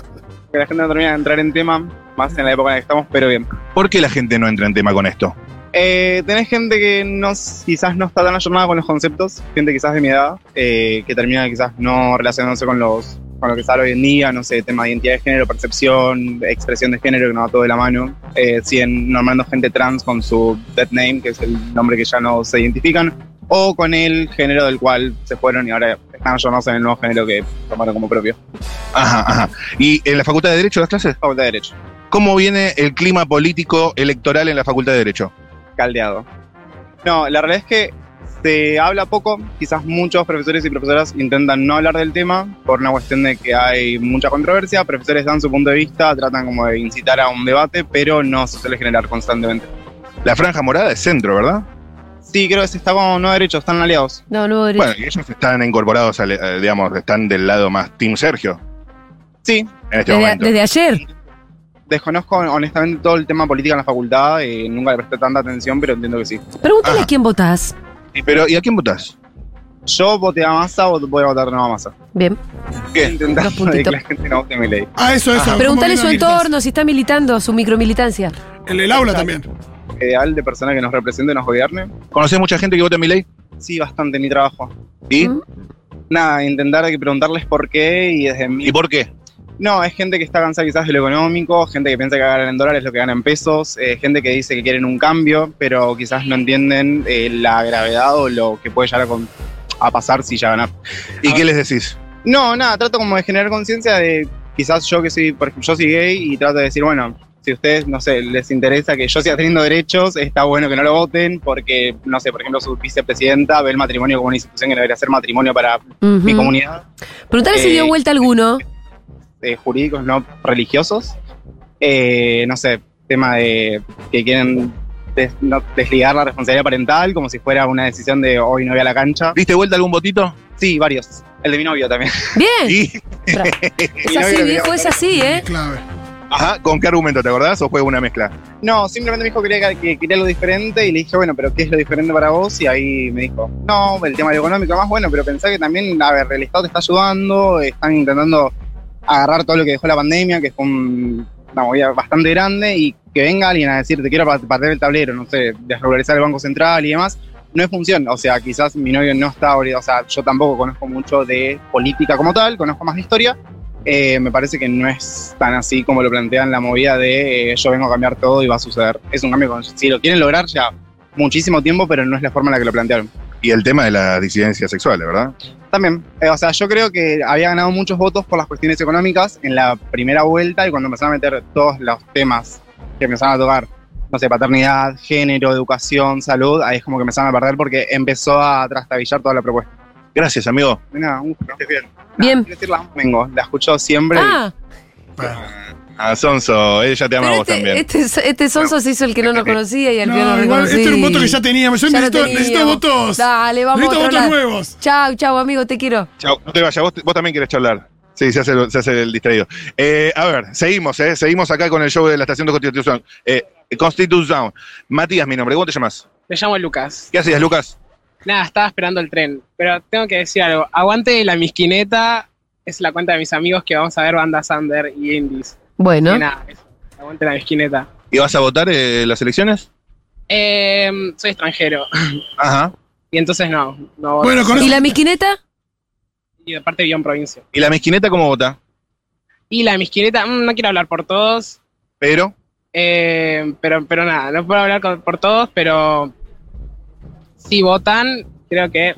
A: [LAUGHS]
G: la gente no termina de entrar en tema, más en la época en la que estamos, pero bien.
C: ¿Por qué la gente no entra en tema con esto?
G: Eh, tenés gente que no, quizás no está tan ayornada con los conceptos, gente quizás de mi edad, eh, que termina quizás no relacionándose con los con lo que sale hoy en día, no sé, tema de identidad de género, percepción, expresión de género, que no va todo de la mano. Eh, siguen normando gente trans con su dead name, que es el nombre que ya no se identifican, o con el género del cual se fueron y ahora están ayornados en el nuevo género que tomaron como propio.
C: Ajá, ajá. ¿Y en la Facultad de Derecho las clases?
G: Facultad de Derecho,
C: ¿Cómo viene el clima político electoral en la Facultad de Derecho?
G: caldeado. No, la realidad es que se habla poco, quizás muchos profesores y profesoras intentan no hablar del tema por una cuestión de que hay mucha controversia, profesores dan su punto de vista, tratan como de incitar a un debate, pero no se suele generar constantemente.
C: La franja morada es centro, ¿verdad?
G: Sí, creo que se está como no derecho, están aliados.
A: No, no, derecho.
C: Bueno, y ellos están incorporados, al, eh, digamos, están del lado más Team Sergio
G: Sí,
C: en este
A: desde,
C: momento.
A: desde ayer.
G: desconozco honestamente todo el tema política en la facultad, eh, nunca le presté tanta atención, pero entiendo que sí.
A: Pregúntale
C: Ajá.
A: a quién votás.
C: Y pero, ¿y a quién votás?
G: Yo voté a Massa o voy a votar no a Massa.
A: Bien.
C: Bien,
G: Intentando
A: dos puntitos.
G: de que la gente no vote mi ley.
B: Ah, eso, eso.
C: Ajá.
B: ¿Cómo
A: Pregúntale
B: vino
A: su
B: el-
A: entorno, si está militando, su micromilitancia.
B: En el aula también.
G: Ideal de persona que nos represente y nos gobierne.
C: ¿Conocés mucha gente que vota a mi ley?
G: Sí, bastante en mi trabajo.
C: ¿Y?
A: Mm.
G: Nada, intentar que preguntarles por qué y desde mi...
C: ¿Y por qué?
G: No, es gente que está cansada quizás de lo económico, gente que piensa que ganan en dólares lo que ganan en pesos, eh, gente que dice que quieren un cambio, pero quizás no entienden eh, la gravedad o lo que puede llegar a, con- a pasar si ya ganas.
C: ¿Y qué les decís?
G: No, nada, trato como de generar conciencia de quizás yo que soy, por ejemplo, yo soy gay y trato de decir, bueno, si a ustedes, no sé, les interesa que yo siga teniendo derechos, está bueno que no lo voten porque, no sé, por ejemplo, su vicepresidenta ve el matrimonio como una institución que no debería ser matrimonio para
A: Ujú.
G: mi comunidad.
A: Preguntale si
G: Eh,
A: dio vuelta alguno.
G: eh, jurídicos no religiosos. Eh, no sé, tema de que quieren des- no- desligar la responsabilidad parental como si fuera una decisión de hoy no voy a la cancha.
C: ¿Diste vuelta algún votito?
G: Sí, varios. El de mi novio también.
A: Bien.
C: ¿Y?
G: [LAUGHS]
A: Es
G: mi novio
A: así,
G: lo
A: viejo,
G: digo.
A: es así, ¿eh?
B: Clave.
C: este- Ajá, ¿con qué argumento te acordás o fue una mezcla?
G: No, simplemente me dijo que quería, que quería algo diferente y le dije, bueno, pero ¿qué es lo diferente para vos? Y ahí me dijo, no, el tema del económico más bueno, pero pensá que también, a ver, el Estado te está ayudando, están intentando agarrar todo lo que dejó la pandemia, que fue un- una movida bastante grande, y que venga alguien a decir, te quiero pa- patear el tablero, no sé, desregularizar el Banco Central y demás, no es función. O sea, quizás mi novio no está, obligado- o sea, yo tampoco conozco mucho de política como tal, conozco más de historia, eh, me parece que no es tan así como lo plantean la movida de eh, yo vengo a cambiar todo y va a suceder. Es un cambio que si lo quieren lograr ya muchísimo tiempo, pero no es la forma en la que lo plantearon.
C: Y el tema de las disidencias sexuales, ¿verdad?
G: También, eh, o sea, yo creo que había ganado muchos votos por las cuestiones económicas en la primera vuelta y cuando empezaron a meter todos los temas que empezaron a tocar, no sé, paternidad, género, educación, salud, ahí es como que empezaron a perder porque empezó a trastabillar toda la propuesta.
C: Gracias, amigo.
G: De Nada, un gusto.
A: Bien.
G: Quiero decir, la amo, Mengo, la escucho siempre. y-
A: Ah,
C: A Sonso, ella te ama a
A: pero
C: vos también.
A: este, este, este sonso se hizo el que no nos conocía y al final
B: No,
A: nos
B: igual,
A: reconocí.
B: este era un voto que ya teníamos. Yo
A: Ya lo
B: necesito, necesito
A: teníamos.
B: votos.
A: Dale, vamos a
B: necesito
A: otro
B: votos
A: lado.
B: nuevos.
A: Chau, chau, amigo, te quiero.
C: Chau, no te vayas, vos, vos también querés charlar. Sí, se hace, el- se hace el distraído. Eh, a ver, seguimos, ¿eh? Seguimos acá con el show de la Estación de Constitución. Eh, Constitución. Matías, mi nombre, ¿cómo te llamas?
H: Me llamo Lucas.
C: ¿Qué hacías, Lucas?
H: Nada, estaba esperando el tren. Pero tengo que decir algo. Aguante la misquineta. Es la cuenta de mis amigos que vamos a ver bandas under y indies.
A: Bueno,
H: Y nada, eso. aguante la misquineta.
C: ¿Y vas a votar eh, las elecciones?
H: Eh, soy extranjero.
C: Ajá.
H: Y entonces no. no voto.
B: Bueno, con
A: ¿Y
B: eso.
A: la misquineta?
H: Y aparte vivo en provincia.
C: ¿Y la mezquineta cómo vota?
H: Y la misquineta, mm, no quiero hablar por todos.
C: Pero,
H: eh, pero, pero nada, no puedo hablar con- por todos, pero si votan, creo que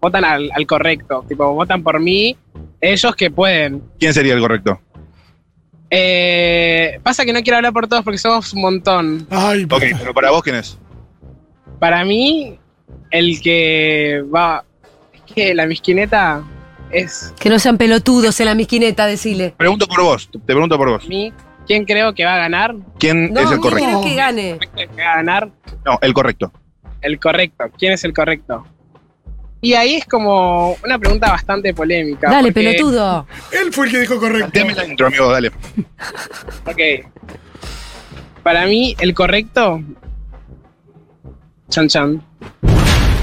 H: votan al, al correcto. Tipo, votan por mí, ellos que pueden.
C: ¿quién sería el correcto?
H: Eh, pasa que no quiero hablar por todos porque somos un montón.
B: Ay,
H: [LAUGHS]
C: Ok, pero para vos, ¿quién es?
H: Para mí, el que va. Es que la misquineta es
A: Que no sean pelotudos en la misquineta, decile.
C: Pregunto por vos, te pregunto por vos.
H: mí. ¿Quién creo que va a ganar?
C: ¿Quién
A: No,
C: es
A: ¿quién
C: el correcto?
A: crees que gane?
H: ¿Quién creo que va a ganar?
C: No, el correcto.
H: El correcto. ¿Quién es el correcto? Y ahí es como una pregunta bastante polémica.
A: Dale,
H: porque-
A: pelotudo.
B: él fue el que dijo correcto.
C: Deme la intro, amigo, dale.
H: Ok. Para mí, el correcto. Chan Chan.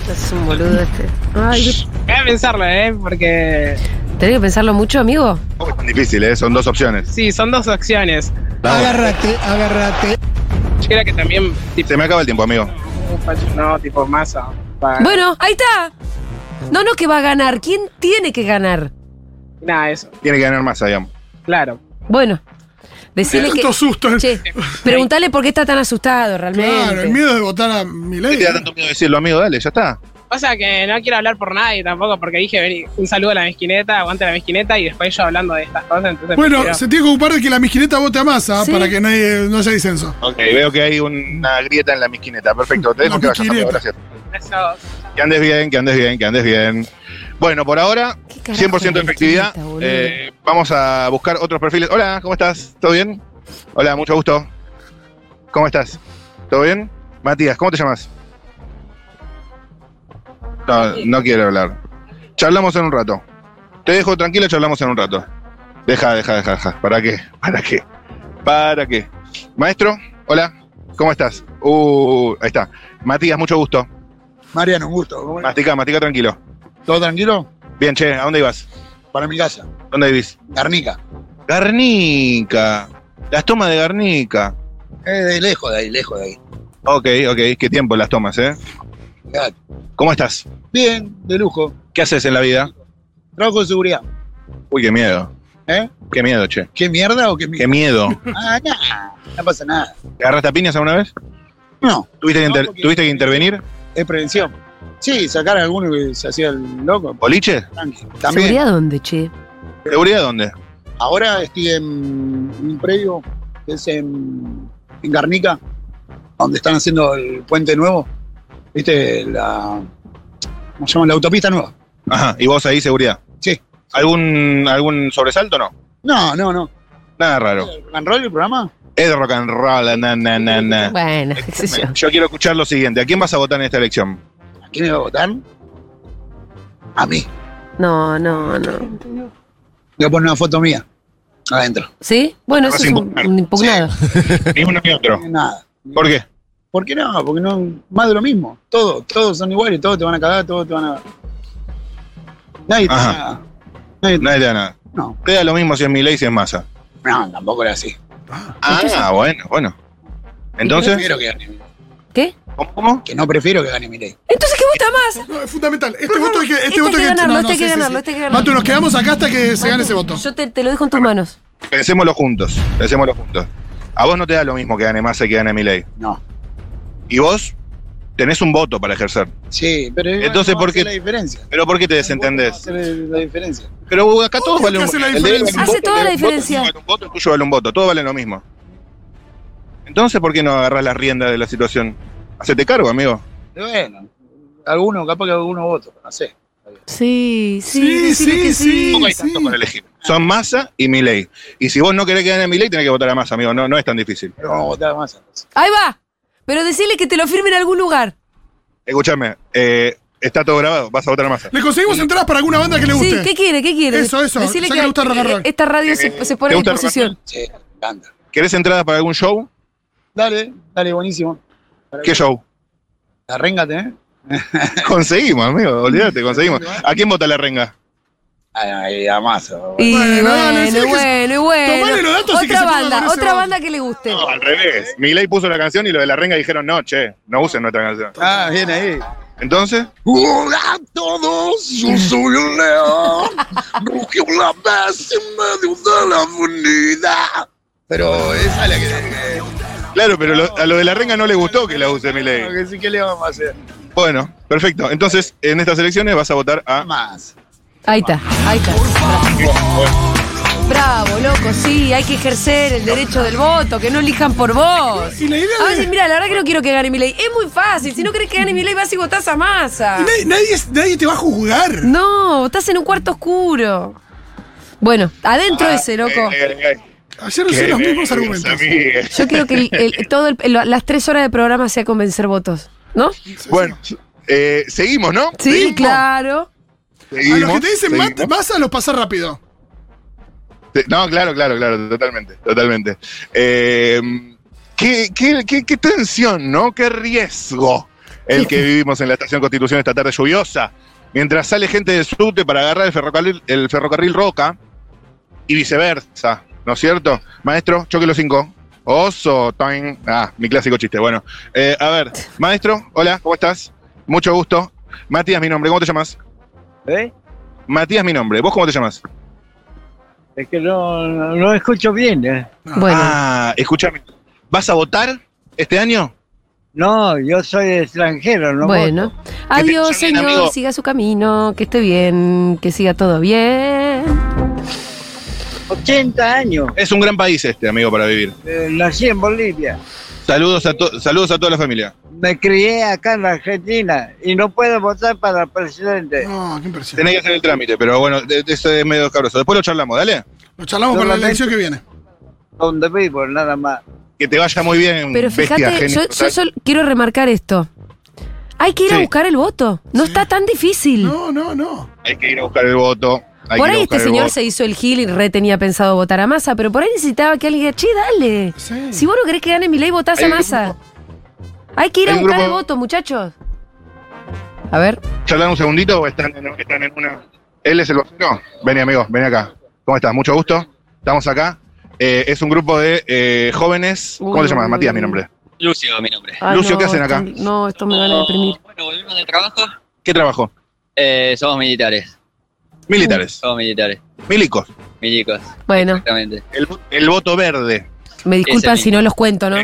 A: Es un boludo este. Ay,
H: Voy a pensarlo, ¿eh? Porque.
A: ¿Tenés que pensarlo mucho, amigo?
C: Tampoco es tan difícil, ¿eh? Son dos opciones.
H: Sí, son dos opciones.
I: Agárrate, agárrate.
H: Yo creo que también. Tipo,
C: Se me acaba el tiempo, amigo.
H: no, tipo, masa. va-
A: Bueno, ahí está. No, no, que va a ganar. ¿Quién tiene que ganar?
H: Nada, eso.
C: Tiene que ganar más, digamos.
H: Claro.
A: Bueno, decirle que.
B: Tanto susto. el-
A: Che, preguntale por qué está tan asustado realmente.
B: Claro, el miedo de votar a mi
C: ¿Qué
B: ley.
C: te da tanto miedo decirlo, amigo? Dale, ya está.
H: Pasa que no quiero hablar por nadie tampoco, porque dije vení, un saludo a la mezquineta, aguante la mezquineta, y después yo hablando de estas cosas. Entonces
B: Bueno,
H: prefiero-
B: se tiene que ocupar de que la misquineta vote a masa
A: Sí.
B: para que nadie, no haya disenso.
C: Ok, Eh, veo que hay una grieta en la misquineta. Perfecto, te dejo
B: Una
C: que vayas, amigo.
B: misquineta.
C: Gracias.
H: Eso-
C: Que andes bien, que andes bien, que andes bien. Bueno, por ahora,
A: ¿Qué carajo
C: 100% de
A: es la
C: efectividad.
A: quinta, boludo?
C: Eh, vamos a buscar otros perfiles. Hola, ¿cómo estás? ¿Todo bien? Hola, mucho gusto. ¿Cómo estás? ¿Todo bien? Matías, ¿cómo te llamas? No, no quiere hablar. Charlamos en un rato. Te dejo tranquilo, charlamos en un rato. Deja, deja, deja, deja. ¿Para qué? [LAUGHS] ¿Para qué? ¿Para qué? Maestro, hola, ¿cómo estás? Uh, ahí está. Matías, mucho gusto.
J: Mariano, un gusto. ¿Cómo estás?
C: Mastica, mastica tranquilo.
J: ¿Todo tranquilo?
C: Bien, che, ¿a dónde ibas?
J: Para mi casa.
C: ¿Dónde vivís?
J: Garnica.
C: Garnica. Las tomas de Garnica.
J: Eh, de lejos de ahí, lejos de ahí.
C: Ok, ok, qué tiempo las tomas, ¿eh?
J: Claro.
C: ¿Cómo estás?
J: Bien, de lujo.
C: ¿Qué haces en la vida?
J: Trabajo de seguridad.
C: Uy, qué miedo.
J: ¿Eh?
C: Qué miedo, che.
J: ¿Qué mierda o qué
C: Qué
J: mierda?
C: miedo.
J: [LAUGHS] Ah, nada. No pasa nada.
C: ¿Te agarraste a piñas alguna vez?
J: No,
C: ¿Tuviste que,
J: No,
C: inter-
J: porque-
C: ¿tuviste que intervenir?
J: es prevención. Sí, sacar a alguno que se hacía el loco.
C: ¿Boliche?
J: tranqui. También.
A: ¿Seguridad dónde, che?
C: ¿Seguridad dónde?
J: Ahora estoy en un predio que es en, en Garnica, donde están haciendo el puente nuevo. ¿Viste? La, ¿Cómo se llama? La autopista nueva.
C: Ajá, ¿y vos ahí seguridad?
J: Sí.
C: ¿Algún, algún sobresalto no?
J: No, no, no.
C: Nada raro.
J: ¿El rock and roll el programa?
C: Es rock and roll, na, na, na, na. [LAUGHS]
A: Bueno, qué sé yo.
C: Yo quiero escuchar lo siguiente. ¿A quién vas a votar en esta elección?
J: ¿A quién le va a votar? A mí.
A: No, no, no.
J: Le voy a poner una foto mía adentro.
A: ¿Sí? Bueno,
C: Vas
A: eso
C: a
A: es un,
C: impugnar.
A: un impugnado.
C: Ni uno ni otro.
J: Nada.
C: ¿Por qué?
J: ¿Por qué no? Porque no, más de lo mismo. Todo, todos son iguales, todos te van a cagar, todos te van a. Nadie te
C: Ajá.
J: va a- Nadie te...
C: Nadie te da nada.
J: No,
C: Te da lo mismo si es Milei, si es Massa.
J: no, tampoco era así.
C: Ah, bueno, bueno. Entonces,
J: Prefiero que gane Milei.
A: ¿Qué?
C: ¿cómo? cómo?
J: Que no prefiero que gane mi ley.
A: Entonces, ¿qué vota más?
B: No, es fundamental. Este voto hay que, este
A: Este
B: voto
A: hay que
B: hay que-
A: ganarlo,
B: no,
A: este
B: no,
A: hay
B: sí,
A: que
B: sí,
A: ganarlo,
B: sí.
A: este hay que ganarlo.
B: Matu, nos quedamos acá hasta que se gane ese voto.
A: Yo te, te lo dejo en tus manos.
C: Pensémoslo juntos, pensémoslo juntos. A vos no te da lo mismo que gane Massa y que gane Milei.
J: No.
C: Y vos tenés un voto para ejercer.
J: Sí, pero. igual
C: Entonces,
J: no va a
C: ¿por qué-
J: hacer la diferencia?
C: ¿Pero por qué te
J: No
C: desentendés?
J: va a hacer la diferencia.
C: Pero acá todos valen un
B: hace la
C: voto. El de él vale
B: diferencia.
C: un
A: Hace
C: voto,
A: toda
C: el de
A: la
C: él vale un
A: diferencia.
C: voto, el tuyo vale un voto, pues el tuyo vale un voto, todos valen lo mismo. Entonces, ¿por qué no agarrás las riendas de la situación? Hacete cargo, amigo.
J: Y Bueno, alguno, capaz que alguno voto, no sé.
A: Sí, sí,
B: Sí,
A: decile que
B: sí, sí.
C: Tampoco hay
B: sí.
C: tanto para elegir. Son Massa y Milei. Y si vos no querés que gane Milei, tenés que votar a Massa, amigo. No, no es tan difícil.
J: Pero vamos a votar más. entonces.
A: Ahí va. Pero decirle que te lo firme en algún lugar.
C: Escúchame, eh, está todo grabado, vas a votar a masa.
B: Le conseguimos entradas para alguna banda que le
A: Sí,
B: guste.
A: ¿qué quiere? ¿Qué quiere?
B: Eso, eso,
A: Decirle
B: ya
A: que,
B: que le gusta el rock and
A: eh,
B: roll.
A: esta radio se,
C: Eh,
A: se pone
C: ¿te
A: a
C: gusta el rock
A: disposición.
J: Sí, me encanta.
C: ¿Querés entradas para algún show?
J: Dale, dale, buenísimo.
C: ¿Qué
J: [LAUGHS]
C: show?
J: Arréngate, ¿eh?
C: Conseguimos, amigo, olvídate, conseguimos. ¿A quién vota la renga?
J: Ay, a Massa.
A: Y bueno,
B: no,
A: y
B: decime que-
A: bueno, y bueno.
B: tomale los datos y que
A: otra
B: se ponga
A: banda,
B: con ese
A: otra
B: banda.
A: banda que le guste.
C: No, al revés. Milei puso la canción y lo de la renga dijeron, no, che, no usen nuestra canción.
J: Ah, bien ahí.
C: Entonces,
J: Hola a todos, yo soy un león. Rugió la vez en medio de la avenida. Pero esa es la que.
C: claro, pero lo- a lo de la renga no le gustó que la use
J: Lo
C: Milei.
J: que sí que le vamos a hacer.
C: Bueno, perfecto. Entonces, en estas elecciones vas a votar a.
J: Más.
A: Ahí está, ahí está. Bravo, loco, sí, hay que ejercer el derecho del voto, que no elijan por vos.
B: Y la idea
A: A
B: de-
A: ver, mira, la verdad que no quiero que gane mi ley. Es muy fácil, si no querés que gane mi ley, vas y votás a masa.
B: Nadie, nadie es- nadie te va a juzgar.
A: No, estás en un cuarto oscuro. Bueno, adentro
C: Ah,
A: ese, loco.
C: eh, eh, eh.
B: Ayer usé
C: Qué
B: los mismos
C: bellos,
B: argumentos.
C: amigues.
A: Yo quiero que el- el- todo el- el- las tres horas de programa sea convencer votos, ¿no? Sí,
C: [LAUGHS] Bueno, eh, seguimos, ¿no?
A: claro.
B: A
C: Seguimos,
B: los que te dicen
C: seguimos.
B: "Mat- masa, los pasa rápido.
C: Te- No, claro, claro, claro, totalmente, totalmente. Eh, qué, qué- qué- qué tensión, ¿no? Qué riesgo el que vivimos en la Estación Constitución esta tarde lluviosa. Mientras sale gente del subte para agarrar el ferrocarril, el ferrocarril Roca y viceversa, ¿no es cierto? Maestro, choque los cinco. Oso, time. Ah, mi clásico chiste. Bueno, Eh, a ver, maestro, hola, ¿cómo estás? Mucho gusto. Matías, mi nombre, ¿cómo te llamas?
F: ¿Eh?
C: Matías, mi nombre. ¿Vos cómo te llamas?
F: Es que no, no, no escucho bien. ¿eh?
A: Bueno,
C: Ah, escúchame. ¿Vas a votar este año?
F: No, yo soy extranjero, no
A: bueno. Adiós,
C: bien,
A: señor,
C: amigo.
A: siga su camino, que esté bien, que siga todo bien.
F: voto. 80 años.
C: Es un gran país este, amigo, para vivir.
F: eh, nací en Bolivia.
C: Saludos a, to- saludos a toda la familia.
F: Me crié acá en la Argentina y no puedo votar para presidente.
B: No, qué impresión.
C: Tenés que hacer el trámite, pero bueno, de- de- eso es medio escabroso. Después lo charlamos, dale.
B: Lo charlamos para la elección que viene.
F: Donde vivo, nada más.
C: Que te vaya muy bien,
A: Pero
C: bestia,
A: fíjate,
C: genio,
A: yo, yo
C: total.
A: sol- quiero remarcar esto. Hay que ir a
C: Sí.
A: buscar el voto. No está tan difícil.
B: No, no, no.
C: Hay que ir a buscar el voto. hay
A: por
C: que ir a
A: ahí
C: buscar
A: este
C: el
A: señor
C: voto.
A: se hizo el gil y re tenía pensado votar a Massa, pero por ahí necesitaba que alguien diga, che, dale.
B: Sí.
A: Si vos no querés que gane mi ley, votás
C: Hay
A: a
C: un
A: Massa. Hay que ir a
C: hay un
A: buscar el
C: grupo-
A: voto, muchachos. A ver.
C: ¿Charlar un segundito o están en, están en una...? Él es el vocero. Vení, amigo, vení acá. ¿Cómo estás? Mucho gusto. Estamos acá. Eh, es un grupo de eh, jóvenes... ¿Cómo
A: Uy,
C: te llamas?
A: uy,
C: Matías,
A: uy.
C: mi nombre.
K: Lucio, mi nombre.
A: Ay,
C: Lucio, ¿qué hacen
A: esto-
C: acá?
A: no, esto me van a deprimir.
K: Bueno, volvimos de trabajo.
C: ¿Qué trabajo?
K: Eh, somos militares.
C: Militares.
K: Somos militares.
C: Milicos.
K: Milicos,
A: Bueno,
K: exactamente.
C: El, el voto verde.
A: me disculpan
K: Ese
A: si no los cuento, ¿no?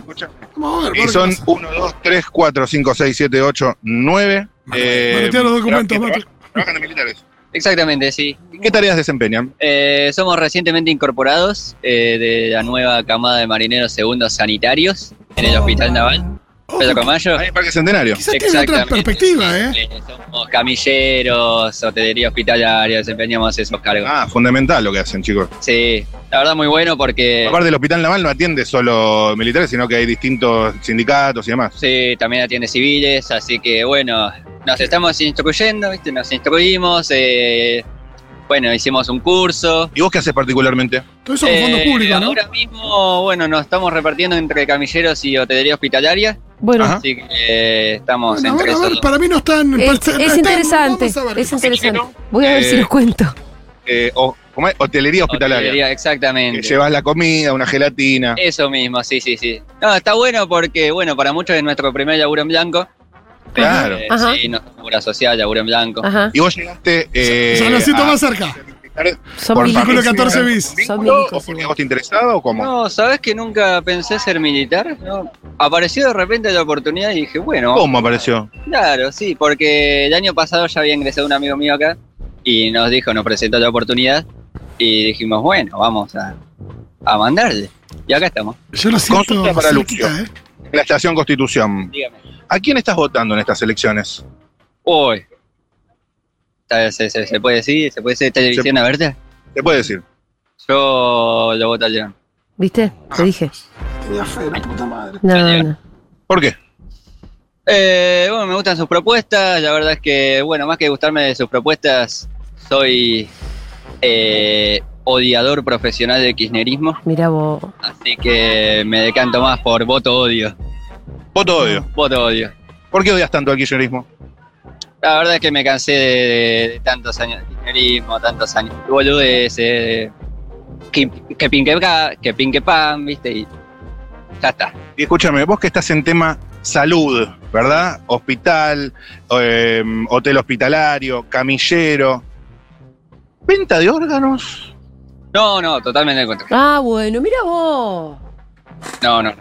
B: Vamos a ver.
C: Y
B: por
C: son
B: qué pasa.
C: 1, 2, 3, 4, 5, 6, 7, 8, 9. eh,
B: manotea los documentos, Mati.
C: Trabajan de militares.
K: Exactamente, sí.
C: ¿Y ¿Qué tareas desempeñan?
K: Eh, somos recientemente incorporados eh, de la nueva camada de marineros segundos sanitarios en el Hospital Naval.
B: Ojo,
K: Pedro Camayo.
C: Ahí en Parque Centenario.
B: Quizás tiene otra perspectiva, ¿eh?
K: Eh, Somos camilleros, hotelería hospitalaria, desempeñamos esos cargos.
C: Ah, fundamental lo que hacen, chicos.
K: Sí, la verdad muy bueno porque
C: Aparte, el Hospital Naval no atiende solo militares, sino que hay distintos sindicatos y demás.
K: Sí, también atiende civiles, así que bueno, nos estamos instruyendo, ¿viste? nos instruimos, eh, bueno, hicimos un curso.
C: ¿Y vos qué haces particularmente?
B: Todo eso con fondos
K: Eh,
B: públicos, ¿no?
K: Ahora mismo, bueno, nos estamos repartiendo entre camilleros y hotelería hospitalaria,
A: Bueno,
C: Ajá.
K: así que eh, estamos
B: Bueno, a
K: entre
B: ver, a
K: esos
B: ver,
K: dos.
B: para mí no están.
A: es,
B: están-
A: es
B: están-
A: interesante.
B: vamos a ver.
A: Es interesante.
C: Camillero,
A: Voy a ver si
C: eh,
A: los cuento.
C: Eh, o- ¿cómo es? Hotelería hospitalaria.
K: Hotelería,
C: Que
K: exactamente.
C: llevas la comida, una gelatina.
K: Eso mismo, sí, sí, sí. No, está bueno porque, bueno, para muchos es nuestro primer laburo en blanco.
C: Claro.
K: Eh,
A: Ajá.
K: Sí, nuestra obra social, laburo en blanco.
A: Ajá.
C: Y vos llegaste. Eh,
B: Ya lo siento
C: a-
B: más cerca.
A: Son
C: por
A: milicos.
B: Artículo 14 bis.
A: Son
C: ¿Vínculo
A: milicos,
C: o porque
A: igual.
C: vos te interesado o cómo?
K: No, ¿sabes que nunca pensé ser militar? No. Apareció de repente la oportunidad y dije, bueno,
C: ¿Cómo apareció?
K: claro, sí, porque el año pasado ya había ingresado un amigo mío acá y nos dijo, nos presentó la oportunidad y dijimos, bueno, vamos a, a mandarle. Y acá estamos.
B: Yo lo
C: Consulta
B: siento
C: para
B: cerquita, ¿eh?
C: En la estación Constitución.
K: Dígame.
C: ¿A quién estás votando en estas elecciones?
K: Uy. ¿Se, se, se puede decir? ¿Se puede decir televisión abierta?
C: Te puedo decir.
K: Yo lo voto al León.
A: ¿Viste?
B: Ah,
A: Te dije.
J: Tenía fe, la puta madre.
A: No, no, no.
C: ¿Por qué?
K: Eh, bueno, me gustan sus propuestas. La verdad es que, bueno, más que gustarme de sus propuestas, soy eh, odiador profesional del kirchnerismo.
A: Mirá vos.
K: Así que me decanto más por voto odio.
C: Voto odio.
K: Voto odio.
C: ¿Por qué odias tanto al kirchnerismo?
K: La verdad es que me cansé de, de tantos años, kirchnerismo, tantos años de boludeces, de que, que pinque ca- que pinque pan, viste, y ya está.
C: Y escúchame, vos que estás en tema salud, ¿verdad? Hospital, eh, hotel hospitalario, camillero. ¿Venta de órganos?
K: No, no, totalmente al contrario.
A: Ah, bueno, mira vos.
K: No, no. no.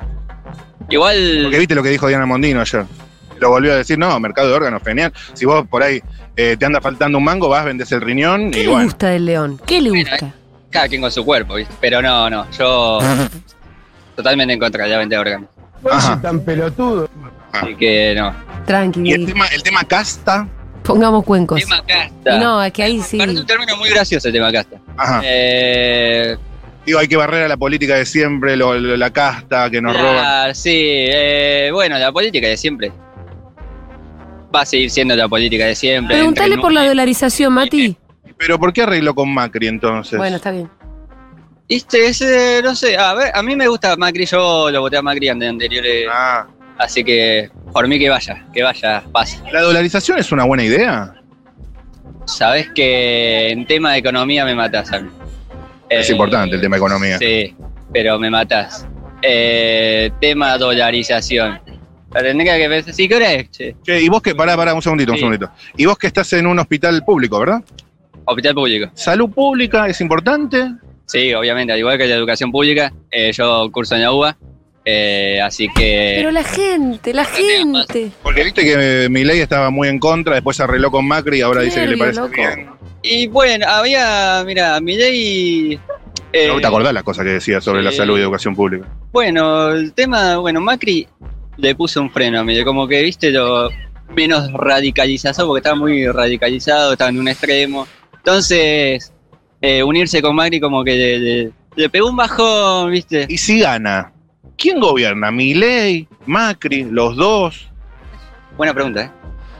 K: Igual.
C: Porque viste lo que dijo Diana Mondino ayer. Lo volvió a decir, no, mercado de órganos, genial. Si vos por ahí eh, te anda faltando un mango, vas, vendés el riñón
A: ¿Qué
C: y
A: le
C: bueno.
A: gusta del león? ¿Qué le
K: eh.
A: gusta?
K: Cada quien con su cuerpo, ¿viste? Pero no, no,
C: [LAUGHS]
K: yo totalmente en contra de la venta de órganos.
I: tan pelotudo.
C: Ah.
K: Así que no.
A: Tranqui.
C: Y el tema, el tema casta.
A: Pongamos cuencos.
K: casta.
A: No, es que ahí sí.
K: Es un término muy gracioso el tema Eh, casta.
C: Ajá.
K: Eh,
C: Digo, hay que barrer a la política de siempre, lo- lo- la casta que nos roba.
K: Ah, sí, eh, bueno, la política de siempre. Va a seguir siendo la política de siempre.
A: Preguntale
K: Entre-
A: por la dolarización, Mati.
C: Pero ¿por qué arregló con Macri entonces?
A: Bueno, está bien.
K: Este, ese, no sé, a ver, a mí me gusta Macri, yo lo voté a Macri ante anteriores.
C: Ah.
K: Así que, por mí que vaya, que vaya, pase.
C: ¿La dolarización es una buena idea?
K: Sabes que en tema de economía me matás a mí.
C: Es importante el tema economía.
K: Eh, Sí, pero me matás. Eh, tema dolarización. La Tendría que pensar, si querés, che.
C: Che, y vos que, pará, pará, un segundito, un
K: Sí.
C: segundito. Y vos que estás en un hospital público, ¿verdad?
K: Hospital público.
C: ¿Salud pública es importante?
K: Sí, obviamente, al igual que la educación pública, eh, yo curso en la UBA, eh, así que...
A: Pero la gente, la gente.
C: Porque viste que eh, mi ley estaba muy en contra, después arregló con Macri y ahora dice que le
A: Nervio,
C: parece
A: loco.
C: bien.
K: Y bueno, había, mira, Milei... eh,
C: No te acordás las cosas que decía sobre la salud y educación pública.
K: Bueno, el tema, bueno, Macri le puso un freno a mí, como que, viste, lo menos radicalizado, porque estaba muy radicalizado, estaba en un extremo. Entonces, eh, unirse con Macri como que le, le- le pegó un bajón, viste.
C: Y si gana, ¿quién gobierna? ¿Milei? ¿Macri? ¿Los dos?
K: Buena pregunta, ¿eh?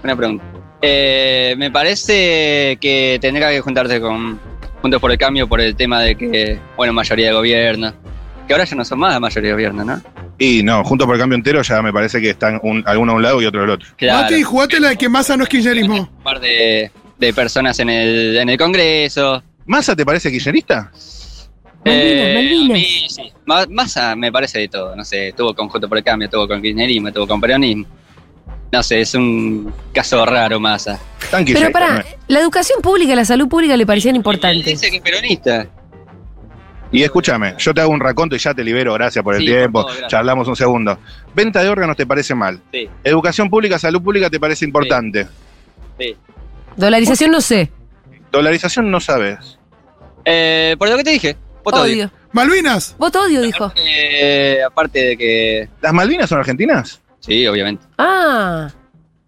K: Buena pregunta. Eh, me parece que tendrá que juntarse con Juntos por el Cambio por el tema de que, bueno, mayoría de gobierno, que ahora ya no son más la mayoría de gobierno, ¿no?
C: Y no, junto por el cambio entero ya me parece que están un- alguno a un lado y otro al otro.
K: Claro.
B: Mati, jugate la de que Massa no es kirchnerismo.
K: un par de, de personas en el, en el Congreso. Eh,
C: ¿Massa te parece ¿Este kirchnerista?
K: a mí, sí. Ma- Massa me parece de todo, no sé, estuvo con Juntos por el Cambio, estuvo con Kirchnerismo, estuvo con Peronismo. No sé, es un caso raro Massa.
C: Tan
A: Pero
C: kirchnerista,
A: pará,
C: ¿no?
A: la educación pública y la salud pública le parecían importantes.
K: Dice que es peronista.
C: Y escúchame, yo te hago un raconto y ya te libero, gracias por el
K: Sí, por
C: tiempo.
K: favor, gracias.
C: Charlamos un segundo. Venta de órganos te parece mal.
K: Sí,
C: Educación pública, salud pública te parece importante.
K: sí.
A: Dolarización no sé.
C: Dolarización no sabes.
K: Eh, por lo que te dije, voto odio.
A: Odio.
B: Malvinas,
A: Voto odio, dijo.
K: Eh, aparte de que.
C: ¿Las Malvinas son argentinas?
K: Sí, obviamente.
A: Ah,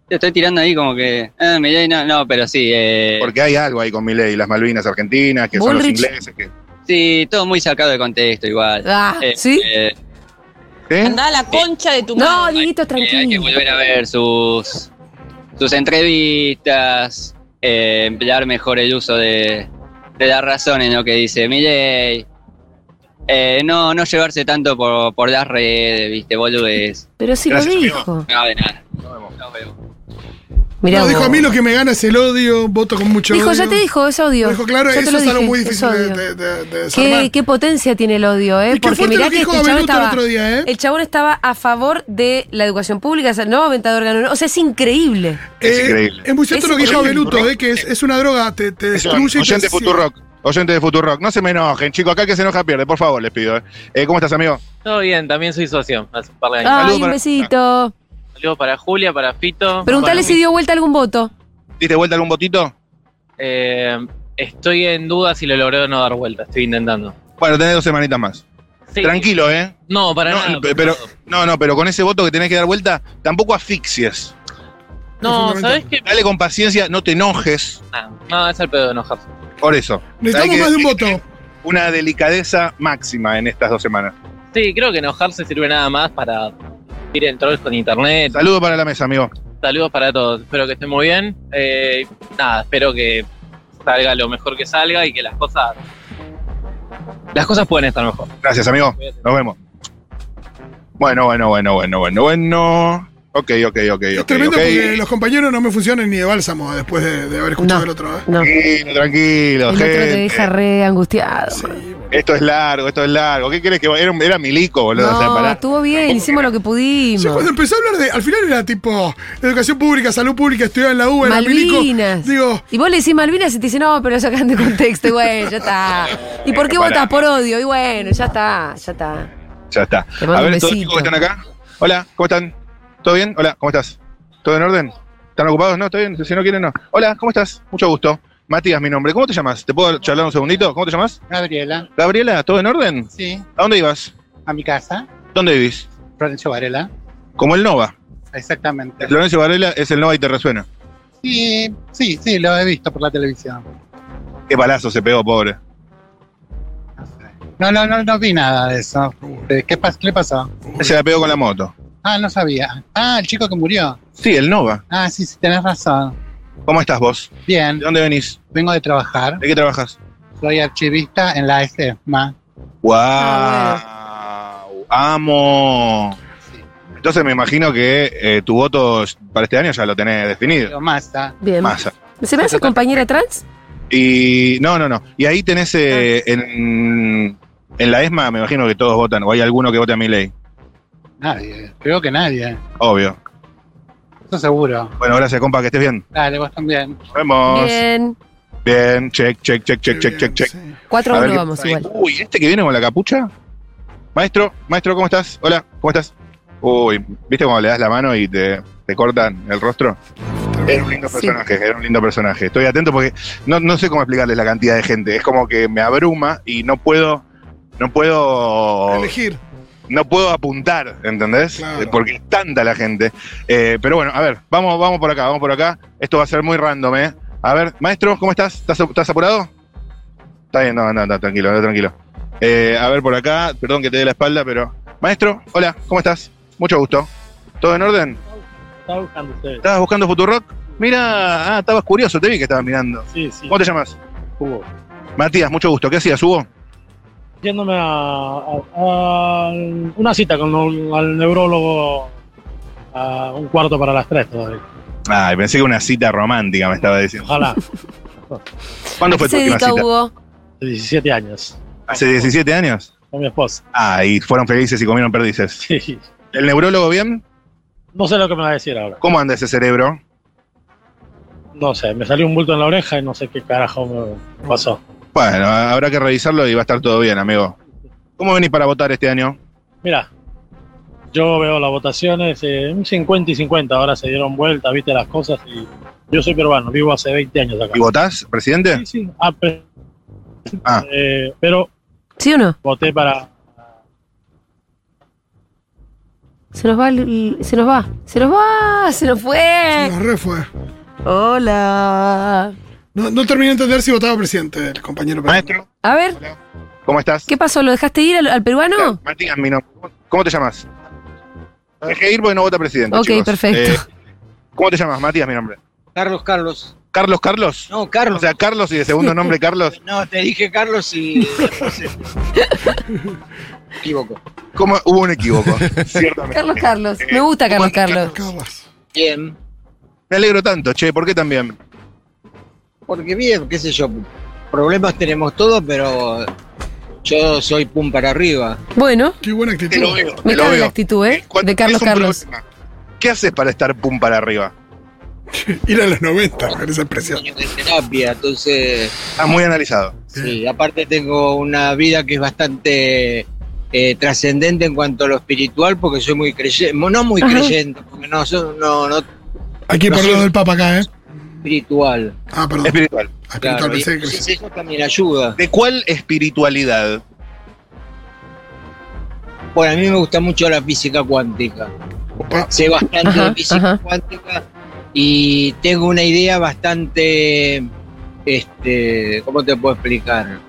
K: Te estoy tirando ahí como que. Ah, Milei, no, no, pero sí. Eh,
C: Porque hay algo ahí con mi ley, las Malvinas argentinas, que son los
A: Bullrich.
C: ingleses. Que,
K: sí, todo muy sacado de contexto, igual.
A: ah,
K: Eh,
A: ¿sí?
K: eh,
C: ¿Sí?
L: Andá a la concha de tu
A: No,
L: madre.
A: Dieguito,
K: Eh, hay que
A: tranquilo.
K: volver a ver sus, sus entrevistas, eh, emplear mejor el uso de, de la razón en lo que dice Milley. Eh, no, no llevarse tanto por, por las redes, viste, boludes.
A: Pero sí
C: Gracias,
A: lo
C: amigo.
A: dijo.
K: No, de nada.
A: Mirá
B: no, dijo
A: vos.
B: a mí lo que me gana es el odio, voto con mucho
A: Dijo,
B: odio.
A: ya te dijo, es odio.
B: Dijo, claro,
A: Ya te
B: eso
A: lo
B: es algo
A: dije,
B: muy
A: es
B: difícil de,
A: odio.
B: de- de- de
A: ¿Qué,
B: desarmar.
A: qué potencia tiene el odio, ¿eh?
B: Y qué
A: Porque
B: fuerte
A: mirá
B: lo
A: que
B: dijo
A: este chabón
B: Benvenuto el
A: estaba.
B: otro día, ¿eh?
A: El chabón estaba a favor de la educación pública, o sea, no venta de órganos, o sea, es increíble.
C: Es
B: Eh,
C: increíble.
B: Es muy cierto
A: Es
B: lo que dijo
A: increíble.
B: Beluto, eh, que es, es una droga, te, te destruye y te
C: Oyente de Futurock. Oyente de Futurock. No se me enojen, chicos. Acá el que se enoja pierde, por favor, les pido. eh. Eh, ¿Cómo estás, amigo?
M: Todo bien, también soy socio hace un par de años.
A: Ay,
M: Saludos
A: un
M: para,
A: besito.
M: saludos para Julia, para Fito.
A: Preguntale
M: para
A: si
M: mí.
A: dio vuelta algún voto.
C: ¿Diste vuelta algún botito?
M: Eh, estoy en duda si lo logré o no dar vuelta, estoy intentando.
C: Bueno, tenés dos semanitas más.
M: Sí.
C: Tranquilo, ¿eh?
M: No, para
C: No,
M: nada.
C: pe- pero, no, no, pero con ese voto que tenés que dar vuelta, tampoco asfixies.
M: No, ¿sabes qué?
C: Dale con paciencia, no te enojes.
M: Ah, no, es el pedo de enojarse.
C: Por eso.
B: Necesitamos
C: Hay que-
B: más de un voto.
C: Una delicadeza máxima en estas dos semanas.
M: Sí, creo que enojarse sirve nada más para ir en trolls con internet.
C: Saludo para la mesa, amigo.
M: Saludos para todos. Espero que estén muy bien. Eh, nada, espero que salga lo mejor que salga y que las cosas. Las cosas pueden estar mejor.
C: Gracias, amigo. Nos vemos. Bueno, bueno, bueno, bueno, bueno, bueno. Ok, ok, ok,
B: Es
C: ok,
B: tremendo
C: ok.
B: porque los compañeros no me funcionan ni de bálsamo eh, después de, de haber escuchado el otro. ¿eh?
C: Tranquilo, tranquilo,
A: El otro te
C: gente.
A: deja re angustiado.
C: Esto es largo, esto es largo. ¿Qué querés que va- era, un- era milico, boludo? o sea,
A: no,
C: pará.
A: estuvo bien, hicimos lo que pudimos.
B: Sí, cuando empezó a hablar de. Al final era tipo educación pública, salud pública, estudiar en la U, en la milico.
A: Malvinas.
B: Digo,
A: Y vos le decís Malvinas y te dice, no, pero lo sacan de contexto, y bueno, ya está. ¿Y por qué
C: Pará.
A: votas por odio? Y bueno, ya está, ya está.
C: Ya está.
A: Te mando
C: A
A: un
C: ver, todos los
A: besito.
C: chicos que están acá. Hola, ¿cómo están? ¿Todo bien? Hola, ¿cómo estás? ¿Todo en orden? ¿Están ocupados? No, ¿todo bien? Si no quieren, no. Hola, ¿cómo estás? Mucho gusto. Matías, mi nombre. ¿Cómo te llamas? ¿Te puedo charlar un segundito? ¿Cómo te llamas?
L: Gabriela,
C: Gabriela, ¿todo en orden?
L: sí,
C: ¿A dónde ibas?
L: a mi casa,
C: ¿Dónde vivís?
L: Florencio Varela,
C: Como el Nova.
L: exactamente.
C: Florencio Varela es el Nova y te resuena.
L: Sí, sí, sí, lo he visto por la televisión.
C: Qué palazo se pegó, pobre.
L: No, no, no, no vi nada de eso. Eh, ¿Qué, pas- qué le pasó?
C: Se la pegó con la moto.
L: Ah, no sabía. Ah, el chico que murió.
C: Sí, el Nova.
L: Ah, sí, sí, tenés razón.
C: ¿Cómo estás vos?
L: Bien.
C: ¿De dónde venís?
L: Vengo de trabajar.
C: ¿De qué trabajas?
L: Soy archivista en la ESMA.
C: ¡Wow! ¡Amo! Entonces me imagino que eh, tu voto para este año ya lo tenés definido.
L: Massa.
A: Bien.
C: Massa.
A: ¿Se me hace compañera trans?
C: Y no, no, no. Y ahí tenés eh, en, en la ESMA, me imagino que todos votan, o hay alguno que vote a mi ley.
L: Nadie, creo que nadie.
C: Obvio.
L: Eso seguro.
C: Bueno, gracias, compa, que estés bien.
L: Dale, vos también.
C: Nos vemos.
A: Bien.
C: Bien, check, check, check, check, check, check, check. A
A: 4-1
C: ver qué
A: vamos
C: pasa ahí.
A: igual.
C: Uy, ¿este que viene con la capucha? Maestro, maestro, ¿cómo estás? Hola, ¿cómo estás? Uy, ¿viste cuando le das la mano y te, te cortan el rostro? Era un lindo personaje, era un lindo personaje. Estoy atento porque no, no sé cómo explicarles la cantidad de gente. Es como que me abruma y no puedo, no puedo
B: elegir.
C: no puedo apuntar, ¿entendés?
B: Claro.
C: Eh, Porque es tanta la gente. Eh, pero bueno, a ver, vamos, vamos por acá, vamos por acá. Esto va a ser muy random, ¿eh? A ver, maestro, ¿cómo estás? ¿Estás, estás apurado? Está bien, no, no, no, tranquilo, no, tranquilo. Eh, a ver, por acá, perdón que te dé la espalda, pero. Maestro, hola, ¿cómo estás? Mucho gusto. ¿Todo en orden?
N: Estaba buscando ustedes.
C: ¿Estabas buscando Futurock? Mira, ah, estabas curioso, te vi que estabas mirando.
N: Sí, sí.
C: ¿Cómo te llamas?
N: Hugo.
C: Matías, mucho gusto. ¿Qué hacías, Hugo?
N: Yéndome a, a- a una cita con un- al neurólogo a un cuarto para las tres todavía.
C: Ay, pensé que una cita romántica me estaba diciendo.
N: Ojalá.
C: ¿Cuándo fue tu
A: se
C: última
A: dedica
C: cita?
A: Hugo?
N: De 17 años.
C: [LAUGHS] ¿Hace 17 años?
N: Con mi esposa.
C: Ah, y fueron felices y comieron
N: [LAUGHS]
C: perdices. ¿El neurólogo bien?
N: No sé lo que me va a decir ahora.
C: ¿Cómo anda ese cerebro?
N: No sé, me salió un bulto en la oreja y no sé qué carajo me pasó.
C: Bueno, habrá que revisarlo y va a estar todo bien, amigo. ¿Cómo venís para votar este año?
N: Mira, yo veo las votaciones, eh, un 50 y 50 ahora se dieron vuelta, viste las cosas y yo soy peruano, vivo hace 20 años acá.
C: ¿Y votás, presidente?
N: Sí, sí. Ah, pe-
C: Ah.
N: eh, pero
A: ¿Sí o no?
N: voté para
A: Se nos va, el- se nos va, se nos va, se nos fue.
B: No, re fue.
A: Hola.
B: No, no terminé de entender si votaba presidente el compañero.
C: Maestro,
A: A ver,
C: ¿cómo estás?
A: ¿qué pasó? ¿Lo dejaste ir al, al peruano?
C: Matías, mi nombre. ¿Cómo te llamas?
N: Ah.
C: Dejé ir porque no vota presidente.
A: Ok,
C: chicos.
A: perfecto.
C: Eh, ¿Cómo te llamas, Matías, mi nombre?
O: Carlos, Carlos.
C: ¿Carlos Carlos?
O: No, Carlos.
C: O sea, Carlos y de segundo nombre Carlos.
O: No, te dije Carlos [LAUGHS] y. Me [LAUGHS] equivoco.
C: ¿Cómo? Hubo un equívoco, [LAUGHS] ciertamente.
A: Carlos Carlos. Me gusta Carlos Carlos.
O: Bien.
C: Me alegro tanto, che, ¿por qué también?
O: Porque bien, qué sé yo. Problemas tenemos todos, pero. Yo soy pum para arriba.
A: Bueno.
B: Qué buena actitud.
A: Me
C: te lo
A: cabe
C: veo.
A: la actitud, ¿eh? De Carlos
C: es un
A: Carlos.
C: ¿Qué haces para estar pum para arriba?
B: Ir a los 90, con esa expresión.
O: De terapia, entonces.
C: Ah, muy analizado.
O: Sí, aparte tengo una vida que es bastante eh, trascendente en cuanto a lo espiritual, porque soy muy creyente, no muy
B: Ajá.
O: creyente, porque no, so- no, no
B: Aquí
O: No
B: por lo
O: sé.
B: del Papa acá, ¿eh?
O: espiritual.
B: Ah, perdón.
C: Espiritual.
O: Claro, y
B: pensé que-
O: entonces eso también ayuda.
C: ¿De cuál espiritualidad?
O: Bueno, a mí me gusta mucho la física cuántica. Sé bastante
A: Ajá,
O: de física
A: ajá.
O: cuántica y tengo una idea bastante, este, ¿cómo te puedo explicar?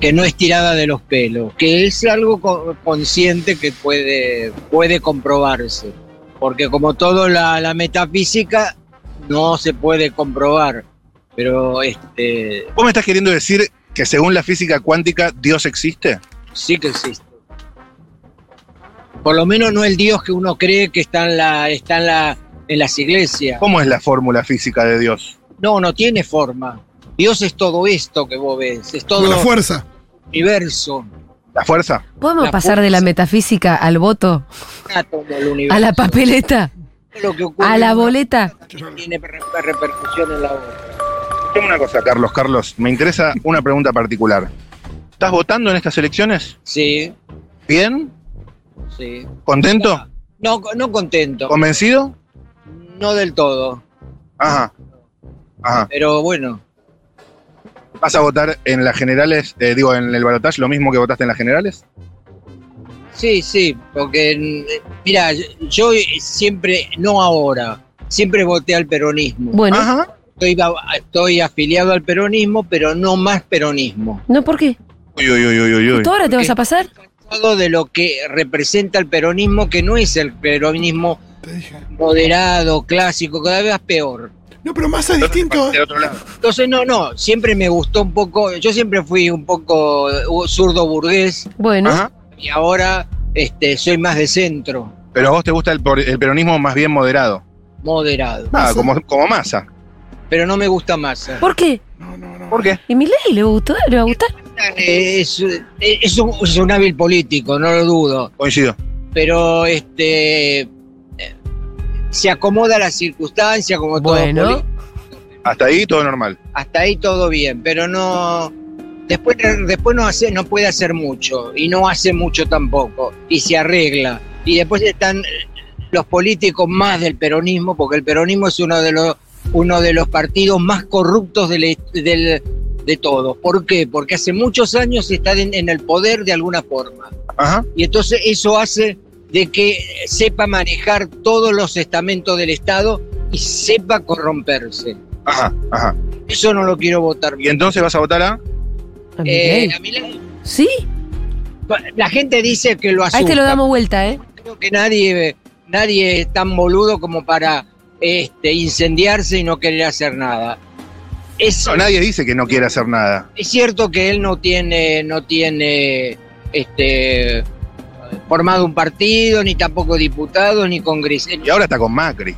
O: Que no es tirada de los pelos, que es algo co- consciente que puede, puede comprobarse. Porque como todo la, la metafísica, no se puede comprobar. Pero este,
C: ¿Vos me estás queriendo decir que según la física cuántica, Dios existe?
O: sí que existe. Por lo menos no el Dios que uno cree que está en, la, está en, la, en las iglesias.
C: ¿Cómo es la fórmula física de Dios?
O: No, no tiene forma. Dios es todo esto que vos ves, es todo
B: la fuerza.
O: universo.
C: ¿La fuerza?
A: ¿Podemos
O: La
A: pasar de la metafísca al voto?
O: átomo del universo.
A: ¿A la papeleta?
O: Lo que ocurre
A: ¿A la
O: en una
A: boleta?
O: tiene per- repercusión en la otra.
C: Tengo una cosa, Carlos, Carlos, me interesa una pregunta particular. ¿Estás votando en estas elecciones?
O: Sí,
C: ¿Bien?
O: sí.
C: ¿Contento?
O: No, no contento.
C: ¿Convencido?
O: No del todo.
C: Ajá. Ajá.
O: Pero bueno,
C: ¿Vas a votar en las generales, eh, digo, en el balotaje, lo mismo que votaste en las generales?
O: sí, sí. Porque, mm, mira, yo siempre, no ahora, siempre voté al peronismo.
A: Bueno.
C: Ajá.
O: Estoy, a- estoy afiliado al peronismo, pero no más peronismo.
A: ¿No por qué?
C: Uy, uy, uy, uy, uy, uy.
A: ¿Tú ahora te vas a pasar?
O: Todo de lo que representa el peronismo, que no es el peronismo moderado, clásico, cada vez peor.
B: No, pero Massa es distinto.
C: Del otro lado.
O: Entonces, no, no, siempre me gustó un poco, yo siempre fui un poco eh, zurdo burgués
A: Bueno.
C: Ajá.
O: y ahora este, soy más de centro,
C: Pero a vos te gusta el, por- el peronismo más bien moderado.
O: moderado.
C: Nada, Ah, como, como masa.
O: Pero no me gusta más. eh.
A: ¿Por qué?
C: ¿Por qué?
A: ¿Y mi ley le gustó? ¿Le va a gustar?
O: Es, es un, es un hábil político, no lo dudo.
C: Coincido.
O: Pero este eh, se acomoda a las circunstancias como todo.
A: Bueno.
O: político.
C: Hasta ahí todo normal.
O: Hasta ahí todo bien, pero no. Después, después no, hace, no puede hacer mucho, y no hace mucho tampoco, y se arregla. Y después están los políticos más del peronismo, porque el peronismo es uno de los, uno de los partidos más corruptos del, del- de todos. ¿Por qué? Porque hace muchos años están en, en el poder de alguna forma.
C: Ajá.
O: Y entonces eso hace de que sepa manejar todos los estamentos del Estado y sepa corromperse.
C: Ajá, ajá.
O: Eso no lo quiero votar.
C: ¿Y entonces vas a votar a?
A: ¿A mi
O: Eh,
A: ley?
O: a mí la,
A: ¿Sí?
O: la gente dice que lo asusta.
A: Ahí te este lo damos vuelta, ¿eh?
O: Creo que nadie, nadie es tan boludo como para este, incendiarse y no querer hacer nada. Es,
C: No, nadie dice que no quiere hacer nada.
O: es cierto que él no tiene, no tiene este, formado un partido, ni tampoco diputado, ni congresista.
C: Y ahora está con Macri.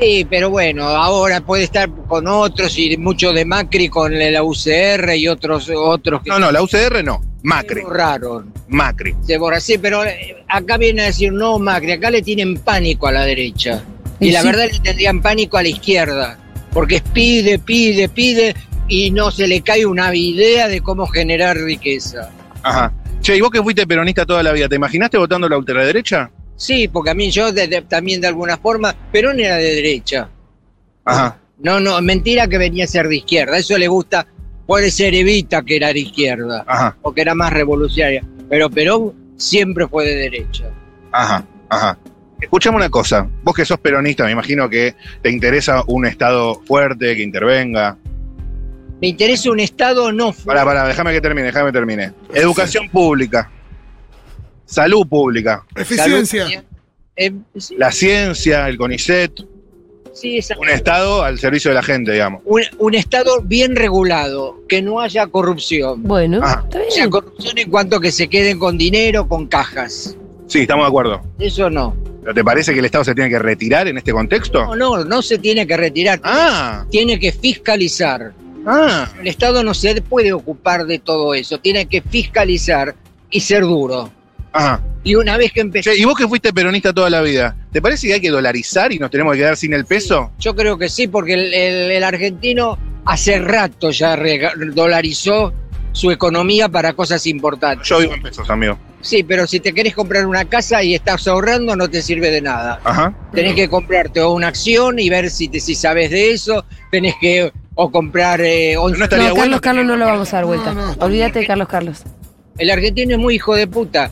O: Sí, pero bueno, ahora puede estar con otros y mucho de Macri con la UCR y otros, otros que
C: No, no, la UCR no. Macri.
O: se borraron.
C: Macri.
O: Se borra, sí, pero eh, acá viene a decir no Macri, acá le tienen pánico a la derecha. Y,
A: Y
O: la
A: sí.
O: verdad le tendrían pánico a la izquierda, porque pide, pide, pide y no se le cae una idea de cómo generar riqueza.
C: Ajá. Che, y vos que fuiste peronista toda la vida, ¿te imaginaste votando la ultraderecha?
O: Sí, porque a mí yo de- de- también de alguna forma, Perón era de derecha.
C: Ajá.
O: No, no, mentira que venía a ser de izquierda, eso le gusta, puede ser Evita que era de izquierda,
C: Ajá,
O: porque era más revolucionaria, pero Perón siempre fue de derecha.
C: ajá, ajá. Escuchame una cosa, vos que sos peronista, me imagino que te interesa un Estado fuerte que intervenga.
O: Me interesa un Estado no fuerte.
C: Pará, pará, déjame que termine, déjame que termine. Educación pública, salud pública,
B: Eficiencia.
O: Salud, eh, sí,
C: la ciencia, el CONICET,
O: sí, esa-
C: un Estado al servicio de la gente, digamos.
O: un, un Estado bien regulado, que no haya corrupción.
A: Bueno,
C: Ah.
A: está
O: O sea,
A: bien.
O: corrupción en cuanto que se queden con dinero, con cajas.
C: Sí, estamos de acuerdo.
O: Eso no.
C: ¿Pero te parece que el Estado se tiene que retirar en este contexto?
O: No, no, no se tiene que retirar.
C: Ah,
O: Tiene que fiscalizar.
C: ah.
O: El Estado no se puede ocupar de todo eso. Tiene que fiscalizar y ser duro.
C: Ajá.
O: Y una vez que empecé,
C: Che, y vos que fuiste peronista toda la vida, ¿te parece que hay que dolarizar y nos tenemos que quedar sin el peso?
O: yo creo que sí, porque el, el- el argentino hace rato ya rega- dolarizó su economía para cosas importantes.
C: Yo vivo en pesos, amigo.
O: Sí, pero si te querés comprar una casa y estás ahorrando, no te sirve de nada.
C: Ajá.
O: Tenés que comprarte o una acción y ver si, te, si sabes de eso. Tenés que o comprar... eh, once-
C: No estaría
O: No,
A: No, Carlos
C: bueno
A: Carlos no lo vamos a dar
B: No, no,
A: vuelta.
B: está
A: Olvídate de Carlos Carlos.
O: El argentino es muy hijo de puta.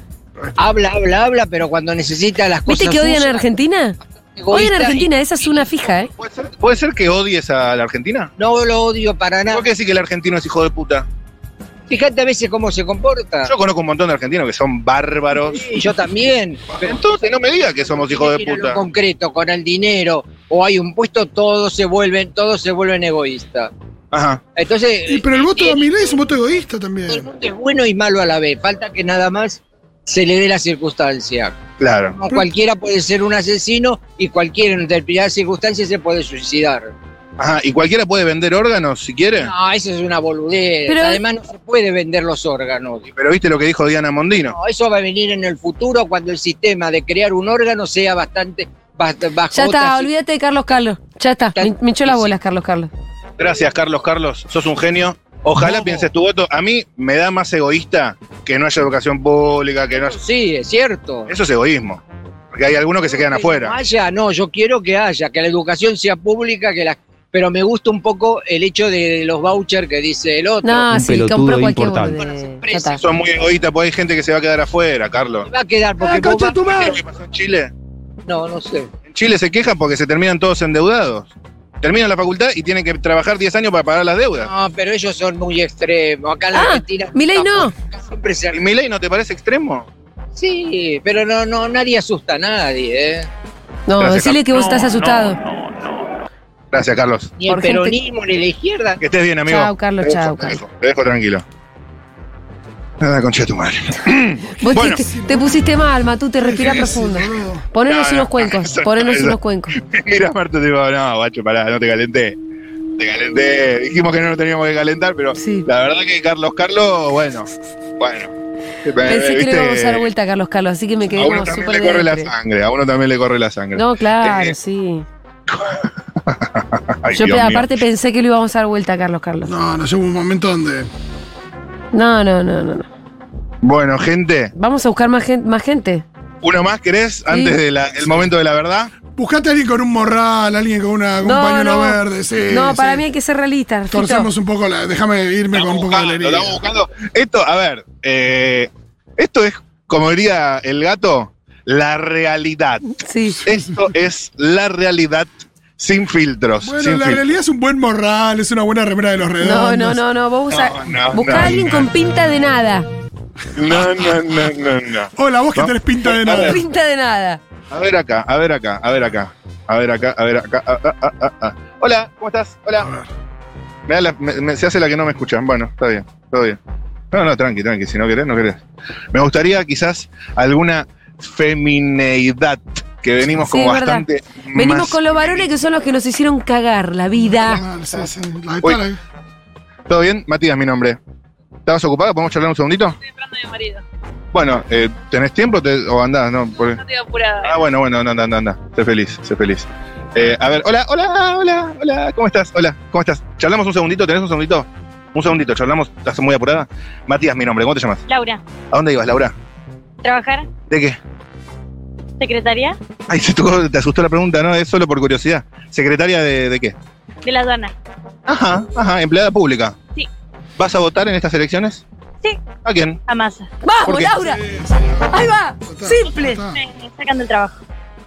O: Habla, habla, habla, pero cuando necesita las cosas...
A: ¿Viste que odian a
O: suyas,
A: Argentina? Odian
O: egoísta,
A: a Argentina, esa es una fija, ¿eh?
C: ¿Puede ser, puede ser que odies a la Argentina?
O: y No lo odio para nada.
C: ¿Por qué decir que el argentino es hijo de puta?
O: Fíjate a veces cómo se comporta.
C: Yo conozco un montón de argentinos que son bárbaros.
O: Sí, yo también. Pero
C: Entonces no me digas que somos hijos de
O: Mira lo
C: puta.
O: concreto, con el dinero o hay un puesto, todos se vuelven, todos se vuelven egoístas.
C: Ajá.
O: Entonces,
B: Y, pero el voto
O: eh,
B: de Milei es un voto egoísta
O: todo el
B: también.
O: mundo es bueno y malo a la vez. Falta que nada más se le dé la circunstancia.
C: Claro.
O: No, cualquiera puede ser un asesino y cualquiera en determinadas circunstancias se puede suicidar.
C: Ajá, ¿y cualquiera puede vender órganos si quiere?
O: No, eso es una boludez.
C: Pero-
O: Además no se puede vender los órganos.
C: Pero viste lo que dijo Diana Mondino.
O: No, eso va a venir en el futuro cuando el sistema de crear un órgano sea bastante bas- bajo
A: Ya
O: otras
A: está, olvídate de Carlos Carlos. Ya está, me, me hinchó las bolas Carlos Carlos.
C: Gracias, Carlos Carlos, sos un genio. Ojalá pienses tu voto. A mí me da más egoísta que no haya educación pública, que no haya...
O: Sí, es cierto.
C: Eso es egoísmo. Porque hay algunos que se quedan
O: No
C: afuera.
O: haya, no, yo quiero que haya, que la educación sea pública, que la, pero me gusta un poco el hecho de los vouchers que dice el otro.
A: No, sí, compró cualquier
C: importante.
A: boludez.
C: Son muy ¡Ah, egoístas, porque hay gente que se va a quedar afuera, Carlos.
O: Va a quedar porque vos vas-
C: pasó en Chile?
O: No, no sé.
C: En Chile se quejan porque se terminan todos endeudados. Terminan la facultad y tienen que trabajar 10 años para pagar las deudas.
O: No, pero ellos son muy extremos. Acá en la Argentina.
A: Ah, Milei no.
O: Siempre se...
C: ¿Milei no te parece extremo?
O: Sí, pero no, no, nadie asusta a nadie, ¿eh?
A: No,
C: Gracias,
A: decirle
C: Carlos.
A: que vos estás asustado.
C: Gracias, Carlos.
O: Ni el
A: Por gente-
O: peronismo, ni la izquierda.
C: Que estés bien, amigo.
A: Chao, Carlos,
C: Te dejo,
A: chao, pues.
C: te dejo, Te dejo tranquilo. Nada, concha de tu madre.
A: Vos
C: Bueno.
A: te, te pusiste mal, Matute, respira profundo. Ponernos
C: No, no,
A: unos cuencos,
C: eso-
A: ponernos
C: eso-
A: unos cuencos.
C: [LAUGHS] [LAUGHS] Mira, Marta, te digo, no, guacho, pará, no te calenté. Te calenté. Dijimos que no nos teníamos que calentar, pero la verdad que Carlos Carlos, bueno, bueno.
A: Pensé que
C: Viste,
A: le íbamos a dar vuelta a Carlos Carlos, así que me quedé
C: a uno
A: como
C: también
A: súper
C: le corre la
A: depre.
C: sangre, a uno también le corre la sangre. [LAUGHS]
A: No, claro,
C: Eh,
A: sí.
C: ay,
A: Yo
C: Dios
A: pe-
C: mío.
A: aparte pensé que le íbamos a dar vuelta a Carlos Carlos.
B: No, no, llegó un momento donde.
A: No, no, no, no. no.
C: Bueno, gente,
A: Vamos a buscar más gente. Más gente.
C: ¿uno más querés antes del momento de la verdad?
B: Buscate a alguien con un morral, alguien con, una, con un pañuelo verde, sí.
A: No,
B: sí.
A: para mí hay que ser realistas. Fito.
B: Torcemos un poco la. Déjame irme con un poco de
C: Lo
B: alegría.
C: estamos buscando. Esto, a ver, eh, esto es, como diría el gato, la realidad. Esto es la realidad sin filtros.
B: Bueno,
C: sin
B: la
C: fil-
B: realidad es un buen morral, es una buena remera de los
A: No,
B: redondos.
A: no, no, no. Vos buscá-
C: no,
A: buscá
C: no,
A: a alguien
C: no.
A: con pinta de nada.
C: No, no, no, no, no.
B: Hola, vos que tenés pinta de
C: A
B: nada.
C: ver,
A: Pinta de nada.
C: a ver acá, a ver acá, a ver acá. A ver acá, a ver acá. ah, ah, ah, ah, ah. Hola, ¿cómo estás? Hola. Me da la- me- me- se hace la que no me escuchan. Bueno, está bien, todo bien. No, no, tranqui, tranqui. Si no querés, no querés. Me gustaría quizás alguna femineidad que venimos
A: Sí,
C: como
A: es verdad.
C: bastante.
A: Venimos
C: más-
A: con los varones que son los que nos hicieron cagar la
B: Ah,
A: vida.
C: Uy. ¿Todo bien? Matías, mi nombre. ¿Estabas ocupada? ¿Podemos charlar un segundito? Estoy
E: esperando a mi marido.
C: Bueno, eh, ¿tenés tiempo te- o andás? No, Porque-
E: Estoy apurada.
C: Ah, bueno, bueno, anda, anda, anda. Sé feliz, sé feliz. Eh, a ver, hola, hola, hola, hola, ¿cómo estás? Hola, ¿cómo estás? ¿Charlamos un segundito? ¿Tenés un segundito? Un segundito, charlamos, estás muy apurada. Matías, mi nombre, ¿cómo te llamas?
E: Laura,
C: ¿A dónde ibas, Laura?
E: ¿trabajar?
C: ¿De qué?
E: ¿Secretaria?
C: Ay, se tocó- te asustó la pregunta, ¿no? Es solo por curiosidad. ¿Secretaria de, de qué?
E: De la aduana.
C: Ajá, ajá, empleada pública.
E: Sí.
C: ¿Vas a votar en estas elecciones?
E: Sí.
C: ¿A quién?
E: A masa.
C: ¿Por
A: ¡Vamos,
C: qué?
A: Laura! ¡Ahí va! ¡Simple!
E: Me sacan del trabajo.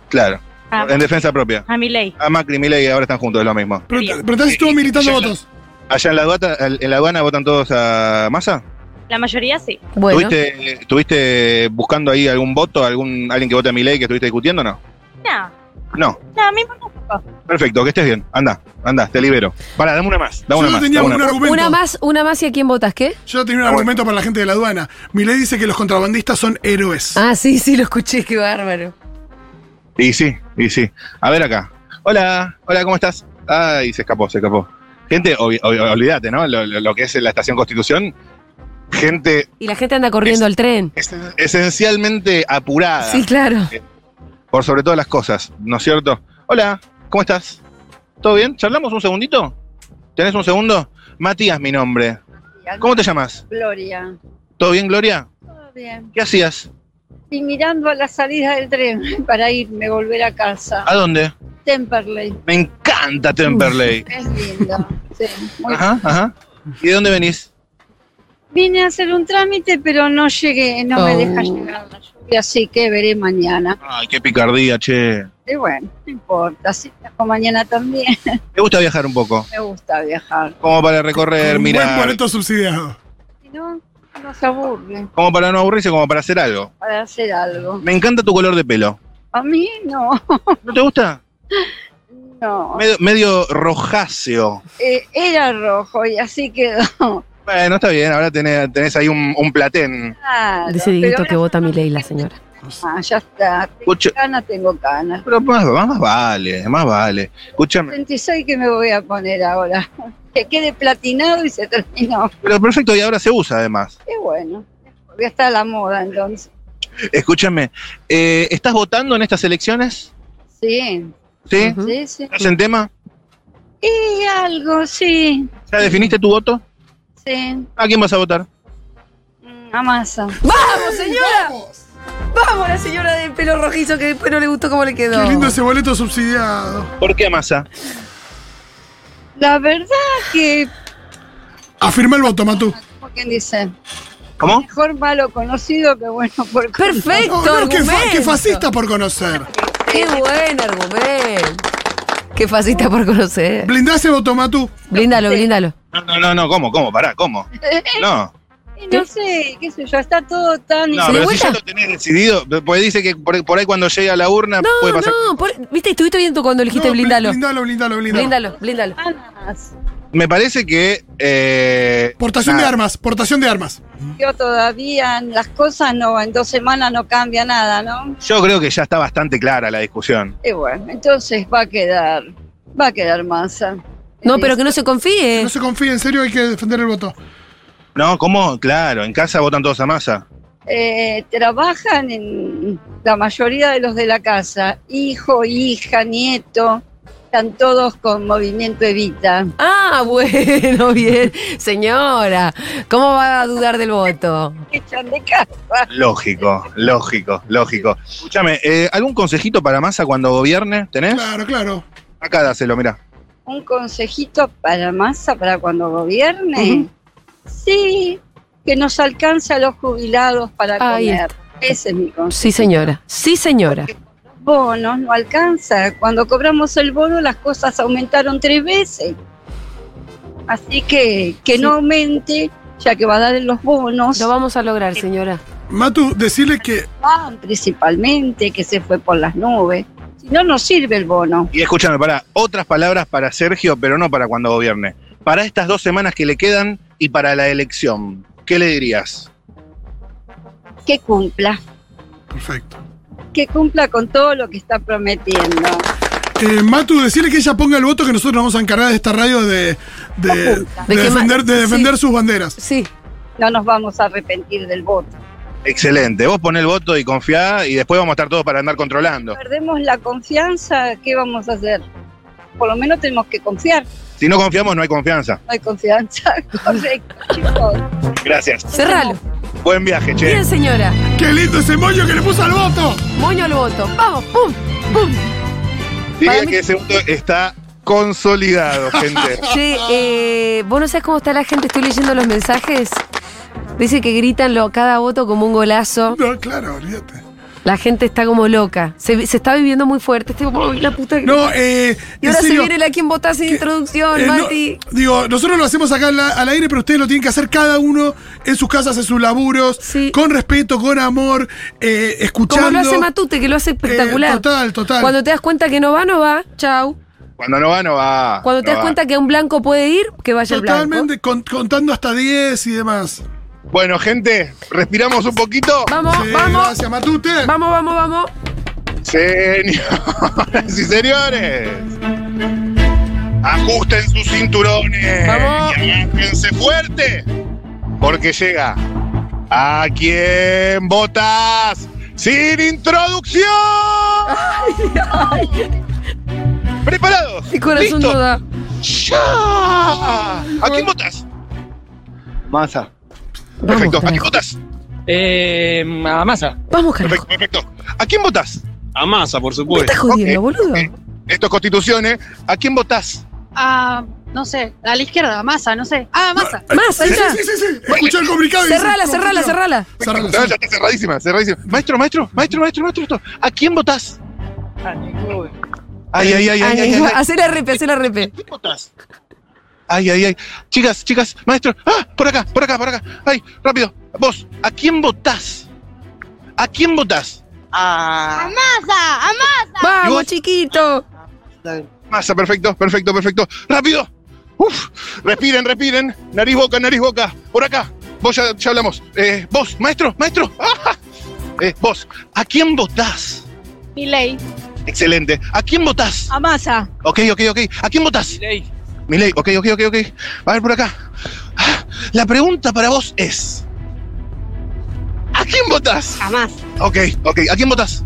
C: Claro.
E: Ah.
C: En defensa propia.
E: A mi ley.
C: A Macri y Milei ahora están juntos, es lo mismo.
B: Pero, pero estás tú militando votos.
C: ¿Allá en la, aduana, en la aduana votan todos a Massa?
E: La mayoría sí.
C: ¿Tuviste, ¿Estuviste buscando ahí algún voto, algún alguien que vote a mi ley que estuviste discutiendo no?
E: No,
C: No.
E: no, a mí me importa un poco.
C: Perfecto, que estés bien. Anda, anda, te libero. Para, dame una más. Dame
B: Yo
C: una
B: no
C: más.
B: tenía
C: dame
B: un
C: una más.
B: argumento.
A: Una más, una más y a quién votas, ¿qué?
B: Yo tenía
C: Ah,
B: un argumento para la gente de la aduana. Milei dice que los contrabandistas son héroes.
A: Ah, sí, sí, lo escuché, qué bárbaro.
C: Y sí, y sí. A ver acá. Hola, hola, ¿cómo estás? Ay, se escapó, se escapó. Gente, obvi- obvi- olvídate, ¿no? Lo, lo- lo que es la estación Constitución, gente
A: Y la gente anda corriendo al tren.
C: este- esencialmente apurada.
A: Sí, claro.
C: Por sobre todas las cosas, ¿no es cierto? Hola, ¿cómo estás? ¿Todo bien? ¿Charlamos un segundito? ¿Tenés un segundo? Matías, mi nombre. ¿Cómo te llamas?
P: Gloria.
C: ¿Todo bien, Gloria?
P: Todo bien.
C: ¿Qué hacías?
P: Y mirando a la salida del tren [LAUGHS] para irme, volver a casa.
C: ¿A dónde?
P: Temperley.
C: Me encanta Temperley.
P: Es
C: [LAUGHS]
P: linda. sí, muy-
C: Ajá, ajá. ¿Y de dónde venís?
P: Vine a hacer un trámite, pero no llegué, no me
C: Oh.
P: deja llegar la lluvia, así que veré mañana.
C: Ay, qué picardía, che.
P: Y bueno, no importa, así como mañana también. [LAUGHS]
C: Me gusta viajar un poco.
P: me gusta viajar.
C: Como para recorrer,
B: Un buen
C: mirar.
B: boleto subsidiado.
P: Si no, no se aburre
C: Como para no aburrirse, como para hacer algo.
P: para hacer algo.
C: Me encanta tu color de pelo.
P: A mí no. [LAUGHS]
C: ¿No te gusta?
P: No.
C: Medio, medio rojáceo.
P: Eh, era rojo y así quedó. [LAUGHS]
C: Bueno, está bien, ahora tenés, tenés ahí un, un platén.
P: Claro,
A: Dice
P: pero
A: Dieguito
P: ahora
A: que vota mi ley, la señora.
P: ah, ya está. Tengo
C: Pues, Ocho.
P: canas, tengo canas.
C: Pero más, más vale, más vale. Escúchame.
P: 36 que me voy a poner ahora. [LAUGHS] Que quede platinado y se terminó.
C: Pero perfecto, y ahora se usa además.
P: Qué bueno. Voy a estar a la moda entonces.
C: Escúchame, eh, ¿estás votando en estas elecciones?
P: Sí.
C: ¿Sí?
P: Sí, sí.
C: ¿Estás en tema?
P: Y algo, sí.
C: ¿Ya definiste tu voto?
P: Sí.
C: ¿A quién vas a votar?
P: Amasa.
A: ¡Vamos, señora! ¡Vamos! la señora del pelo rojizo que después no le gustó cómo le quedó.
B: Qué lindo ese boleto subsidiado.
C: ¿Por qué Massa?
P: La verdad que,
B: Afirma el voto, Matú.
P: como quien dice,
C: ¿Cómo?
P: mejor malo conocido que bueno
A: [LAUGHS]
P: por
A: Perfecto,
B: Oh, No, no, qué, fa-
A: argumento.
B: qué fascista por conocer.
A: ¡Qué buen argumento! ¡Qué facita por conocer!
B: Blindá ese voto, Matú.
A: Blíndalo, blíndalo.
C: No, no, no, no, ¿cómo? ¿Cómo? Pará, ¿cómo?
A: Eh.
C: No.
P: Y Eh, no sé, qué sé yo, está todo tan...
C: No, pero si ya lo tenés decidido, porque dice que por, por ahí cuando llega la urna
A: No,
C: puede pasar.
A: no, por- viste, estuviste viendo cuando elegiste
B: No, bl-
A: blindalo.
B: Blindalo, blindalo, blindalo.
A: Blíndalo, blíndalo.
P: Ganas.
C: Me parece que. eh,
B: Portación de
C: nada.
B: armas, portación de armas.
P: Yo todavía, las cosas no, en dos semanas no cambia nada, ¿no?
C: Yo creo que ya está bastante clara la discusión.
P: Y bueno, entonces va a quedar, va a quedar masa.
A: No, pero que no se confíe.
B: No se confíe, en serio hay que defender el voto.
C: No, ¿cómo? Claro, en casa votan todos a masa.
P: Eh, trabajan en la mayoría de los de la casa, hijo, hija, nieto, están todos con movimiento Evita.
A: Ah, bueno, bien. Señora, ¿cómo va a dudar del voto?
P: Echan de casa.
C: Lógico, lógico, lógico. Escúchame, eh, ¿algún consejito para masa cuando gobierne? ¿Tenés?
B: Claro, claro.
C: Acá dáselo, mirá.
P: Un consejito para masa para cuando gobierne. Sí, que nos alcanza a los jubilados para
A: Ahí
P: comer. Ese es mi consejo.
A: Sí, señora. Sí, señora.
P: Bonos no alcanza. Cuando cobramos el bono las cosas aumentaron tres veces. Así que que no aumente, ya que va a dar en los bonos.
A: Lo vamos a lograr, señora.
B: Matu, decirle que.
P: van principalmente, que se fue por las nubes. Si no, no sirve el bono.
C: Y escúchame, para otras palabras para Sergio, pero no para cuando gobierne. Para estas dos semanas que le quedan y para la elección, ¿qué le dirías?
P: Que cumpla,
B: Perfecto.
P: que cumpla con todo lo que está prometiendo.
B: Eh, Matu, decirle que ella ponga el voto que nosotros nos vamos a encargar de esta radio de, de- de
A: De que
B: defender, de
A: ma-
B: defender
A: sí.
B: sus banderas.
A: Sí.
P: No nos vamos a arrepentir del voto.
C: Excelente, vos poné el voto y confiá y después vamos a estar todos para andar controlando.
P: Perdemos la confianza, ¿qué vamos a hacer? Por lo menos tenemos que confiar. No
C: Si no confiamos, no hay confianza.
P: hay confianza. [LAUGHS] Correcto, chicos.
C: Gracias.
A: Cerralo.
C: Buen viaje, che.
A: Bien, señora.
B: ¡Qué lindo ese moño que le puso al voto!
A: Moño al voto. Vamos, pum, pum.
C: Diría
A: Para mí-
C: que ese voto está
A: [LAUGHS]
C: consolidado, gente.
A: Che, eh, vos no sabés cómo está la gente, estoy leyendo los mensajes. Dice que gritan lo, cada voto como un golazo.
B: No, claro, olvídate.
A: La gente está como loca. Se, se está viviendo muy fuerte. Este, ¡ay, la puta que-
B: No, eh.
A: y
B: en
A: ahora se
B: serio,
A: viene la quien vota sin introducción,
B: eh, no,
A: Mati.
B: digo, nosotros lo hacemos acá al, al aire, pero ustedes lo tienen que hacer cada uno en sus casas, en sus laburos,
A: Sí.
B: con respeto, con amor, eh, escuchando.
A: Como lo hace Matute, que lo hace espectacular.
B: Eh, total, total.
A: Cuando te das cuenta que no va, no va. Chau.
C: Cuando no va, Ah, no va.
A: Cuando te das cuenta que un blanco puede ir, que vaya el blanco.
B: Totalmente, con- contando hasta 10 y demás.
C: Bueno, gente, respiramos un poquito.
A: Vamos,
B: Sí,
A: vamos,
B: Gracias, Matute.
A: vamos, vamos, vamos.
C: Señoras y señores, ajusten sus cinturones
A: Vamos.
C: y agárrense fuerte, porque llega a quien votas sin introducción. ¿Preparados?
A: Mi corazón
C: ¿Listos?
A: no da.
C: ¡Ya! ¿A quién votas?
G: Masa.
C: Perfecto. ¿A
A: carajo.
C: quién votas?
F: Eh, a Massa.
A: Vamos, carajo.
C: Perfecto, perfecto. ¿A quién votas?
M: A masa, por
A: Me
M: supuesto.
A: estás jodiendo,
C: Ok, Eh,
A: boludo.
C: Esto es constitución, ¿eh? ¿A quién votas?
E: Ah, no sé, a la izquierda, masa, no sé. Ah, masa.
A: Más,
B: Sí,
A: allá.
B: sí, sí, sí. Escuchó el complicado. y dice,
A: Cerrala, cerrala,
B: complicado.
A: cerrala.
B: Cerrala,
C: No,
B: cerrala.
C: ya está cerradísima, cerradísima. Maestro, maestro, maestro, maestro, maestro, esto. ¿a quién votás?
E: Ah,
C: Ay, ay, ay, ay, ay, ay, ay.
A: Hacer la RP, hacer la RP.
C: ¿A quién votás? Ay, ay, ay. Chicas, chicas, maestro. ¡Ah! Por acá, por acá, por acá. Ay, rápido. Vos, ¿a quién votás? ¿A quién votás?
P: Ah.
E: A masa, a masa.
A: Vamos,
C: vos?
A: chiquito.
C: Masa, perfecto, perfecto, perfecto. ¡Rápido! Uf, respiren, respiren. Nariz boca, nariz boca. Por acá. Vos ya, ya hablamos. Eh, vos, maestro, maestro. ¡Ah! Eh, vos, ¿a quién votás?
E: Milei.
C: Excelente. ¿A quién votás?
E: A masa.
C: Ok, ok, ok. ¿A quién votás?
F: Milei.
C: Milei, ok, ok, ok, ok. A ver por acá. Ah, La pregunta para vos es. ¿A quién votás?
E: A más.
C: Ok, ok. ¿A quién votás?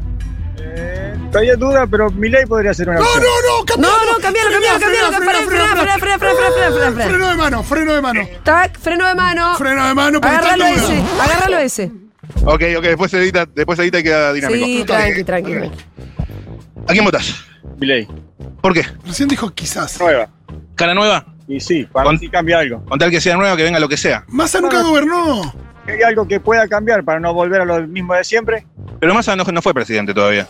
Q: Todavía Eh, duda, pero Milei podría ser una
B: No,
Q: opción.
B: no, no, cambialo.
A: No, no, cambialo, cambialo, cambialo, frena,
B: Frena,
A: frena, frena, frena, frena, frena, frena, frena.
B: Freno de mano, freno de mano.
A: Tac, freno de mano.
B: Freno de mano, porque
A: Agárralo
B: está en
A: ese,
B: duda.
A: agárralo ese.
C: Ok, ok. Después se edita, después se edita y queda dinámico.
A: Sí,
C: Ok.
A: tranqui, tranqui. tranqui.
C: ¿A quién votás?
Q: Milei.
C: ¿Por qué?
B: Recién dijo quizás.
Q: Nueva.
C: ¿Cara nueva?
Q: Y sí, para
C: Con-
Q: si cambia algo.
C: Con tal que sea nueva, que venga lo que sea.
B: Massa nunca gobernó.
Q: Que haya algo que pueda cambiar para no volver a lo mismo de siempre.
C: Pero Massa no, no fue presidente todavía.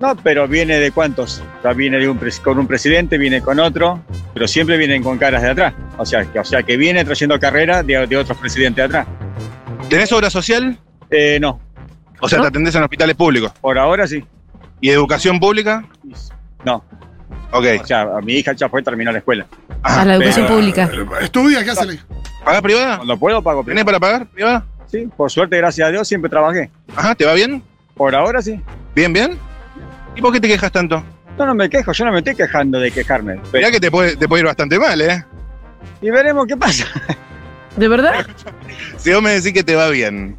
Q: No, pero viene de cuántos. O sea, viene de un pres- con un presidente, viene con otro, pero siempre vienen con caras de atrás. O sea, que, o sea, que viene trayendo carrera de, de otros presidentes de atrás.
C: ¿Tenés obra social?
Q: Eh, no,
C: O sea,
Q: ¿No?
C: te atendés en hospitales públicos.
Q: por ahora sí.
C: ¿Y educación pública?
Q: No.
C: Ok. Ah,
Q: O sea, a mi hija ya fue terminar la escuela.
A: A Ah, la educación
Q: Pero-
A: pública.
B: Estudia, ¿qué hacele?
C: ¿Pagás privada?
Q: Cuando puedo pago.
C: ¿Tenés para pagar privada?
Q: Sí, por suerte, gracias a Dios, siempre trabajé.
C: Ajá, ¿te va bien?
Q: Por ahora sí.
C: ¿Bien, bien? ¿Y por qué te quejas tanto?
Q: No, no me quejo, yo no me estoy quejando de quejarme.
C: Mirá que te puede, te puede ir bastante mal, ¿eh?
Q: Y veremos qué pasa.
A: ¿De verdad?
C: [LAUGHS] Si vos me decís que te va bien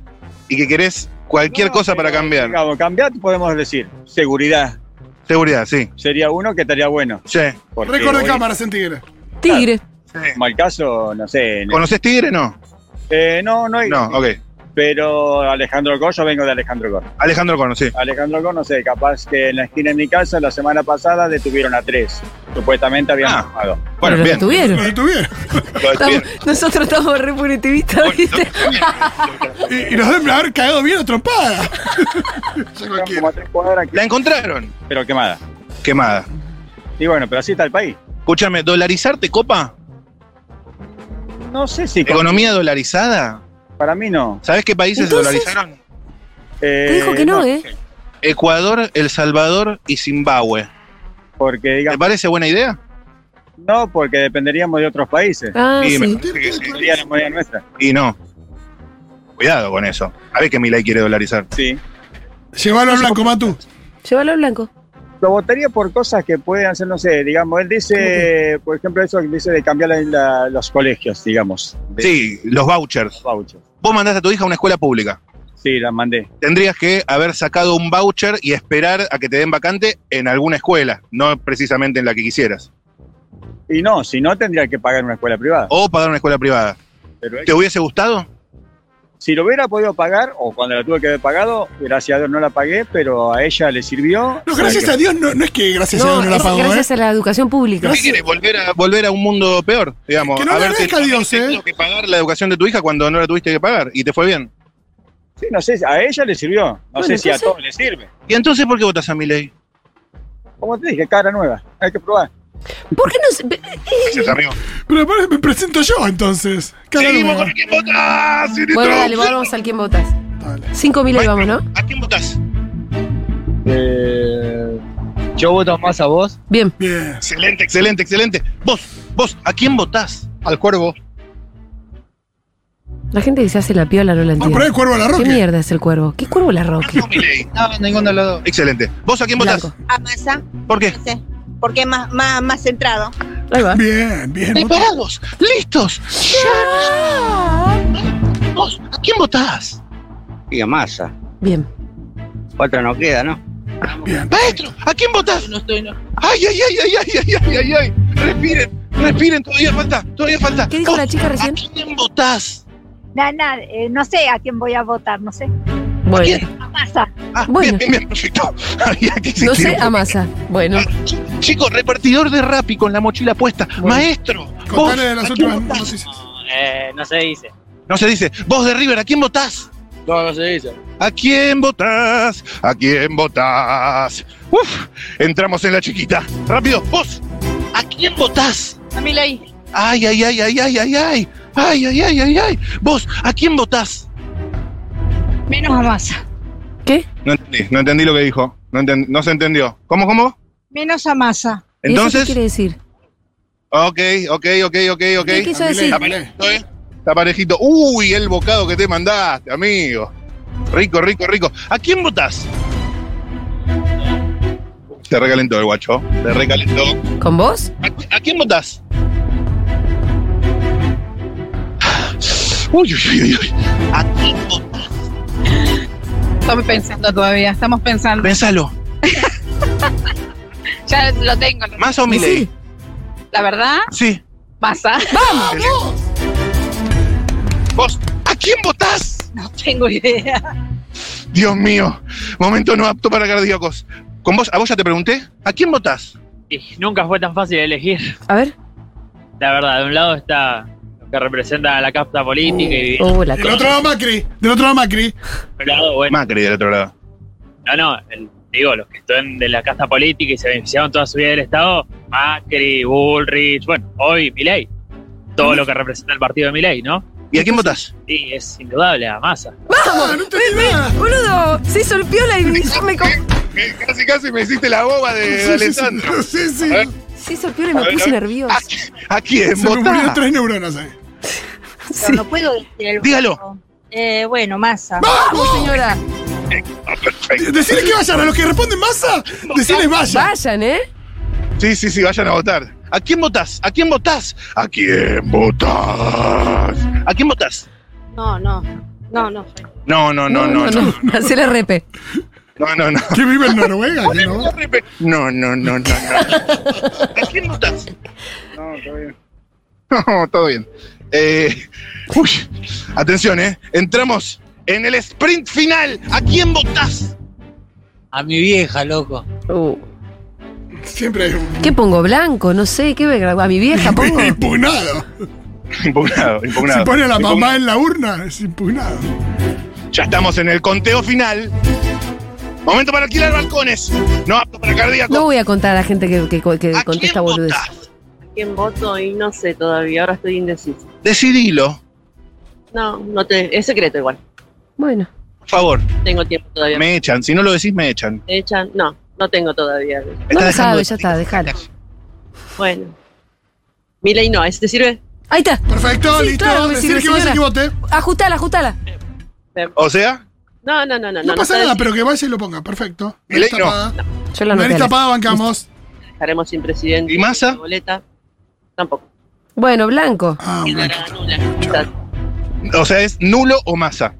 C: y que querés cualquier
Q: No,
C: cosa
Q: pero,
C: para cambiar.
Q: digamos, cambiar podemos decir seguridad.
C: Seguridad, sí.
Q: Sería uno que estaría bueno.
C: Sí.
Q: Porque
B: Récord de
Q: hoy,
B: cámaras en Tigre.
A: Tigre.
Q: Como el caso, no sé. en-
C: ¿Conocés Tigre? No.
Q: Eh, no, no hay.
C: No, ok.
Q: Pero Alejandro Cor, yo vengo de Alejandro Cor.
C: Alejandro conocí.
Q: Alejandro Cor, no sé, capaz que en la esquina de mi casa la semana pasada detuvieron a tres. Supuestamente habían
C: Ah.
Q: fumado.
A: Pero
C: Bueno,
A: lo
C: bien.
A: tuvieron.
B: Los detuvieron.
A: Estamos- nosotros estamos re punitivistas,
Q: [LAUGHS]
A: ¿viste?
B: Y, y los deben haber cagado bien a
Q: [LAUGHS]
B: trompada. Yo no
Q: Como a tres cuadras,
C: La encontraron.
Q: pero quemada.
C: Quemada.
Q: Y bueno, pero así está el país.
C: Escúchame, ¿dolarizarte copa?
Q: No sé si.
C: ¿Economía dolarizada?
Q: Para mí no.
C: ¿Sabés qué países
A: Entonces-
C: dolarizaron?
Q: Eh,
A: Te dijo que no, ¿eh?
Q: sé,
C: Ecuador, El Salvador y Zimbabue.
Q: Porque,
C: ¿Te
Q: digamos,
C: parece buena idea?
Q: no, porque dependeríamos de otros países.
A: Ah,
C: Sí, me
A: sí.
C: parece que sí.
Q: Sería la moneda nuestra.
C: Y no. Cuidado con eso. A ver que Milay quiere dolarizar.
Q: Sí.
B: Llévalo al blanco, Matu.
A: Llévalo al blanco.
Q: Lo votaría por cosas que puedan ser, no sé, digamos, él dice, por ejemplo, eso que dice de cambiar la- la- los colegios, digamos. de
C: Sí, los vouchers.
Q: los vouchers.
C: Vos mandás a tu hija a una escuela pública.
Q: Sí, la mandé.
C: Tendrías que haber sacado un voucher y esperar a que te den vacante en alguna escuela, no precisamente en la que quisieras.
Q: Y no, si no, tendría que pagar una escuela privada.
C: O pagar una escuela privada.
Q: Pero
C: ¿Te hubiese gustado?
Q: si lo hubiera podido pagar, o cuando la tuve que haber pagado, gracias a Dios no la pagué, pero a ella le sirvió.
B: No, gracias a Dios, no, no es que gracias a
A: No,
B: Dios no la
A: es
B: pagó,
A: gracias
B: ¿eh?
A: a la educación pública.
C: ¿Qué quieres? ¿Volver a, volver a un mundo peor? Digamos,
B: Que no
C: haberte-
B: agradezca a Dios,
C: haberte
B: ¿eh?
C: tenido que pagar la educación de tu hija cuando no la tuviste que pagar y te fue bien.
Q: Sí, no sé, a ella le sirvió. No
A: Bueno,
Q: sé si
A: entonces-
Q: a todos le sirve.
C: ¿Y entonces por qué votas a Milei?
Q: Como te dije, cara nueva, hay que probar.
A: ¿Por qué no se- ve- eh,
C: Gracias, amigo.
B: Pero parece me presento yo, entonces. Cara
C: Seguimos
B: nueva.
C: con quién votás. sin
A: Bueno, dale,
C: introducción.
A: vamos al quién votas.
B: Dale.
A: 5.000 y vamos, ¿no?
C: ¿A quién votás?
O: Eh, yo voto más a vos.
A: Bien.
B: Bien.
C: Excelente, excelente, excelente. Vos, vos, ¿a quién votás?
J: Al cuervo.
A: La gente que se hace la piola no la
B: Ah,
A: entiende.
B: pero el cuervo a la
A: ¿Qué
B: roca.
A: mierda es el cuervo? ¿Qué cuervo la roca?
C: No, Milei.
R: No, ninguno de los dos.
C: Excelente. ¿Vos a quién votás?
A: Blanco.
R: A masa,
C: ¿Por qué?
R: no sé, porque es más, más, más centrado.
A: Ahí va.
B: Bien, bien.
C: Preparados, listos. Ya. Vos, ¿a quién votás?
O: Diga masa.
A: Bien.
O: Otra no queda, ¿no?
B: Bien.
C: Maestro, ¿a quién votás? No estoy, no. Ay, ay, ay, ay, ay, ay, ay, ay, ay. Respiren, respiren, todavía falta, todavía falta.
A: ¿Qué dijo
C: Vos,
A: la chica recién?
C: ¿A quién votás?
S: Nada,
P: eh,
S: no sé a quién voy a votar, no sé.
A: Bueno.
S: A masa.
C: Ah,
A: Bueno.
C: bien, bien, bien, perfecto. [LAUGHS] Había que
A: No
C: insistir
A: sé,
C: un
A: a masa. Bueno.
C: poco. Chicos, repartidor de Rappi con la mochila puesta. Maestro, vos,
B: Contale de las
C: ¿a quién
B: últimas
C: votás?
B: noticias.
M: Eh, no se dice.
C: No se dice, vos de River, ¿a quién votás?
M: No, no se dice.
C: ¿A quién votás? ¿A quién votás? Uf, entramos en la chiquita. Rápido, vos, ¿a quién votás?
E: A mi ley.
C: Ay, ay, ay, ay, ay, ay, ay. Ay, ay, ay, ay, ay. Vos, ¿a quién votás?
E: Menos a masa.
A: ¿Qué?
C: No entendí, no entendí lo que dijo. No, enten- no se entendió. ¿Cómo, cómo?
S: Menos a masa.
A: ¿Y eso ¿Qué
C: Entonces,
A: quiere decir?
C: Ok, ok, ok, ok, ok.
A: ¿Qué quiso decir?
C: Está parejito, ¿eh? Está parejito. Uy, el bocado que te mandaste, amigo. Rico, rico, rico. ¿A quién votás? Se recalentó el guacho. Se recalentó.
A: ¿Con vos?
C: ¿A quién votás? Uy, uy, uy, uy. ¿A quién votás?
E: Estamos pensando todavía, estamos pensando.
C: Pensalo.
E: [LAUGHS] Ya lo tengo. lo-
C: ¿Más o Milei?
E: La verdad,
C: Sí.
E: pasa.
C: ¡Vamos! ¿Vos? ¿A quién votás?
E: No tengo idea.
C: Dios mío. Momento no apto para cardíacos. ¿Con vos? ¿A vos ya te pregunté? ¿A quién votás?
T: Y nunca fue tan fácil elegir.
A: A ver.
T: La verdad, de un lado está lo que representa a la casta política y
C: Oh,
A: Uh, la
B: Del otro lado Macri, del otro lado Macri.
T: del lado, bueno,
C: Macri del otro lado.
T: no, no, el- digo, los que están de la casta política y se beneficiaron toda su vida del Estado, Macri, Bullrich, bueno, hoy Milei, todo lo que representa el partido de Milei, ¿no?
C: ¿Y a quién votás?
T: Sí, es indudable, a Massa.
B: Ah,
A: ¡Vamos! Me- me- boludo, se hizo el piola y yo me co-
C: Casi, casi me hiciste la boba de
B: Sí, sí,
A: [LAUGHS]
C: Alessandro.
B: Sí, sí.
C: A ver,
A: se hizo el piola y me
C: A ver,
A: puse
C: a ver.
A: nerviosa.
C: ¿A quién
B: Se me murieron
C: votás?
B: tres neuronas ahí.
R: Pero No puedo decir el voto.
C: Dígalo.
R: Eh, bueno, masa.
A: ¡Vamos, señora!
B: Decirles que vayan a los que responden
C: Ah,
B: masa, decirles vayan.
A: Vayan, ¿eh?
C: Sí, sí, sí, vayan a votar. ¿A quién votás? ¿A quién votás? ¿A quién votás? ¿A quién votás?
E: No, no. No, no.
C: No, no, no, no,
A: [LAUGHS]
C: no.
A: Hacer el repe.
C: No, no, no.
B: ¿Que vive en Noruega? que no?
C: No, no, no, no, no. ¿A quién votás?
G: No, está
A: [LAUGHS]
G: bien.
C: [LAUGHS] No, todo bien. Eh, uy, atención, ¿eh? Entramos en el sprint final. ¿A quién votás?
O: A mi vieja, loco.
A: Uh,
B: Siempre hay
C: [LAUGHS]
B: un
A: ¿Qué pongo? ¿Blanco? No sé, ¿qué ve- ¿A mi vieja
B: [LAUGHS]
A: pongo?
B: impugnado. [LAUGHS]
C: Impugnado, impugnado.
B: Si pone a la
C: Impugnado.
B: mamá en la urna, es impugnado.
C: Ya estamos en el conteo final. Momento para alquilar balcones. No apto para cardíaco.
A: No voy a contar a la gente que, que- que contesta boludez.
U: quién voto y no sé todavía, ahora estoy indeciso.
C: Decidilo,
U: No, no te, es secreto igual,
A: Bueno.
C: por favor.
U: tengo tiempo todavía.
C: Me echan. Si no lo decís, me echan.
U: ¿Te echan? No, no tengo todavía.
A: No
C: Está
A: lo
C: dejando
A: sabe,
C: de-
A: ya está, déjalo.
U: Bueno. Miley no, ¿ese te sirve?
A: Ahí está.
B: Perfecto,
A: Sí,
B: listo.
A: claro que me
B: Decir
A: sirve,
B: que vaya y que
A: señora.
B: vote.
A: Ajustala, ajustala.
C: O sea,
U: No, no, no, no.
B: No, pasa nada,
U: está-
B: pero que vaya y lo ponga. Perfecto.
C: Milei
B: Nariz
C: no.
B: tapada.
A: Yo la
B: Nariz
A: anoté.
B: tapada, bancamos.
U: Estaremos sin presidente.
C: ¿Y Massa?
U: sin Boleta. Tampoco.
A: Bueno, blanco.
B: Ah,
U: Quedará nula. Quizás.
C: o sea, es nulo o masa.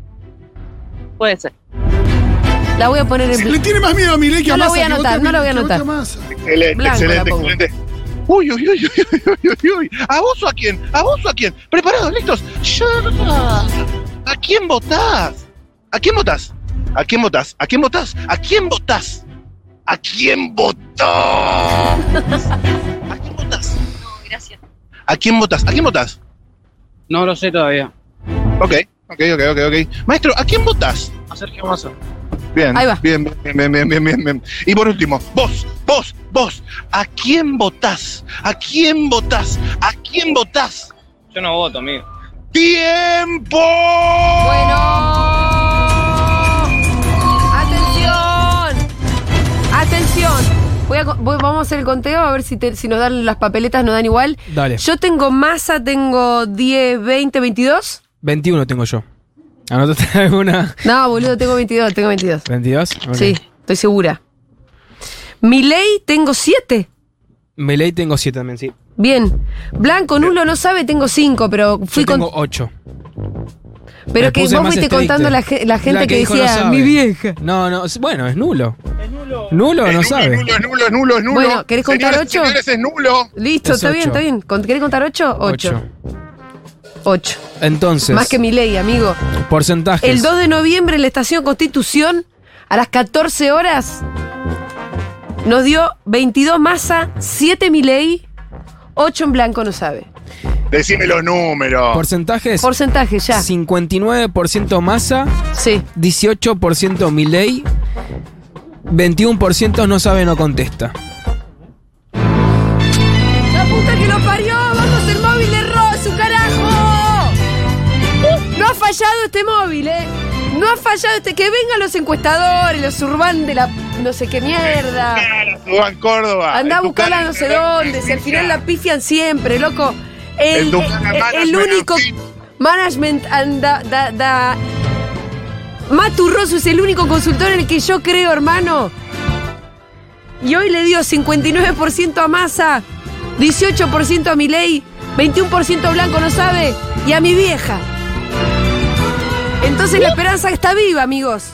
U: Puede ser.
A: La voy a poner en.
B: Si le tiene más miedo a Milei que
A: No
B: a
A: la
B: Massa.
A: voy a
B: que vote
A: anotar, no la voy a
B: Milei, que vote
A: anotar.
B: Massa.
C: Excelente,
A: Blanco
C: excelente,
A: la pongo.
C: excelente. Uy, uy, uy, uy, uy, uy, uy, uy. ¿A vos o a quién? ¿A vos o a quién? ¿Preparados? ¿Listos? ¡Ya! ¿A quién votás? ¿A quién votás? ¿A quién votás? ¿A quién votás? ¿A quién votás? ¿A quién votás?
A: Ah,
C: ¿A quién votás?
E: No, gracias.
C: ¿A quién votás? ¿A quién votás?
H: No lo sé todavía.
C: Ok, ok, ok, ok, ok. Maestro, ¿a quién votás?
H: A Sergio Massa.
C: Bien,
A: Ahí va.
C: bien, bien, bien, bien, bien, bien, bien. Y por último, vos, vos, vos, ¿a quién votás? ¿A quién votás? ¿A quién votás?
H: Yo no voto, amigo.
C: ¡Tiempo!
P: Oh.
A: ¡Atención! ¡Atención! Voy a co- voy- vamos a hacer el conteo a ver si, te- si nos dan las papeletas, nos dan igual.
D: Dale.
A: Yo tengo masa, tengo 10, 20, 22.
D: 21 tengo yo. ¿Anotaste [LAUGHS] alguna?
A: No, boludo, tengo 22, tengo 22.
D: ¿22? Ok.
A: Sí, estoy segura. Mi ley tengo 7.
D: Melee tengo 7 también, sí.
A: Bien. Blanco, nulo, no sabe, tengo 5, pero fui
D: Yo
A: con.
D: tengo 8.
A: Pero que vos fuiste contando la, ge- la gente que, decía, mi vieja.
D: No, no, es- bueno, es nulo. Es nulo. Nulo, no sabe.
C: Es nulo, es nulo, es nulo.
A: Bueno, ¿querés contar
C: Señores,
A: ocho?
C: Señores, es nulo.
A: Listo,
D: Es
A: está bien,
D: ocho.
A: está bien. Con- ¿Querés contar 8? 8. 8.
D: Entonces,
A: Más que mi ley, amigo.
D: porcentajes.
A: El 2 de noviembre en la estación Constitución, a las 14 horas, nos dio 22 masa, 7 Milei, 8 en blanco, no sabe.
C: Decime los números.
D: Porcentajes.
A: Porcentaje ya.
D: 59% masa,
A: Sí.
D: 18% Milei, 21% no sabe, no contesta.
A: ¡La puta que lo parió! ¡Vamos, el móvil de Rosu, carajo! Uh, No ha fallado este móvil, ¿eh? No ha fallado este. Que vengan los encuestadores, los urban de la no sé qué mierda.
C: Juan Córdoba.
A: Andá a
C: el
A: buscarla
C: Tucán
A: no sé dónde, si al final la pifian siempre, loco. El,
C: El Tucán
A: el- el
C: Management
A: único management and da, da- da- Maturroso es el único consultor en el que yo creo, hermano. Y hoy le dio 59% a Massa, 18% a Milei, 21% Blanco no sabe, y a mi vieja. Entonces la esperanza está viva, amigos.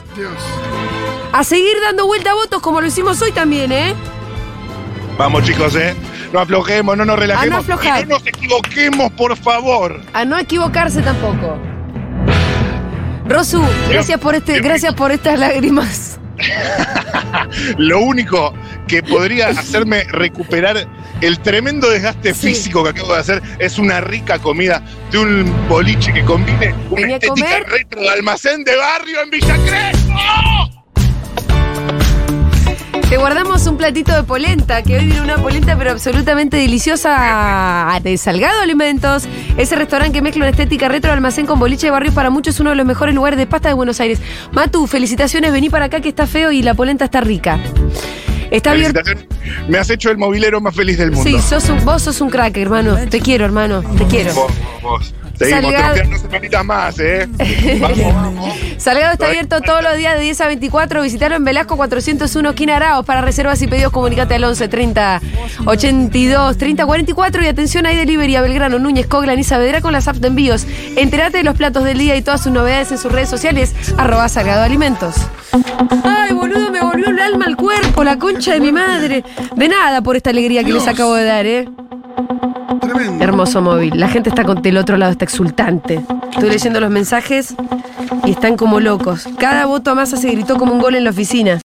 A: A seguir dando vuelta a votos como lo hicimos hoy también, ¿eh?
C: Vamos, chicos, ¿eh? No aflojemos, no nos
A: A Ah, no
C: relajemos.
A: aflojar.
C: No nos equivoquemos, por favor.
A: A no equivocarse tampoco. Rosu, gracias por este, gracias por estas lágrimas.
C: [LAUGHS] Lo único
A: [LAUGHS]
C: que podría hacerme recuperar el tremendo desgaste físico que acabo de hacer es una rica comida de un boliche que combine una
A: Vení a
C: estética
A: comer.
C: retro de almacén de barrio en Villa Crespo.
A: Te guardamos un platito de polenta, que hoy viene una polenta pero absolutamente deliciosa Ah, de Salgado Alimentos. Ese restaurante que mezcla una estética retro, almacén con boliche de barrio, para muchos es uno de los mejores lugares de pasta de Buenos Aires. Matu, felicitaciones, vení para acá que está feo y la polenta está rica. Está abierto.
C: Felicitaciones. Me has hecho el movilero más feliz del mundo.
A: Sí, sos un- vos sos un crack, hermano. Te quiero, hermano. Te quiero.
C: Vos, vos, vos. Seguimos
A: Salgado-
C: tropeando semanitas más, ¿eh?
A: [LAUGHS]
C: Vamos, vamos.
A: Salgado está abierto todos los días de 10 a 24. Visitaron en Velasco 401 esquina Araos. Para reservas y pedidos, comunicate al 11 30 82 30 44. Y atención, hay delivery a Belgrano, Núñez, Coglan y Saavedra con las apps de envíos. Enterate de los platos del día y todas sus novedades en sus redes sociales. Arroba Salgado Alimentos. Ay, boludo, me volvió el alma al cuerpo, la concha de mi madre. De nada por esta alegría que les acabo de dar, ¿eh? Hermoso móvil. La gente está con, del otro lado, está exultante. Estoy leyendo los mensajes y están como locos. Cada voto a masa se gritó como un gol en la oficina.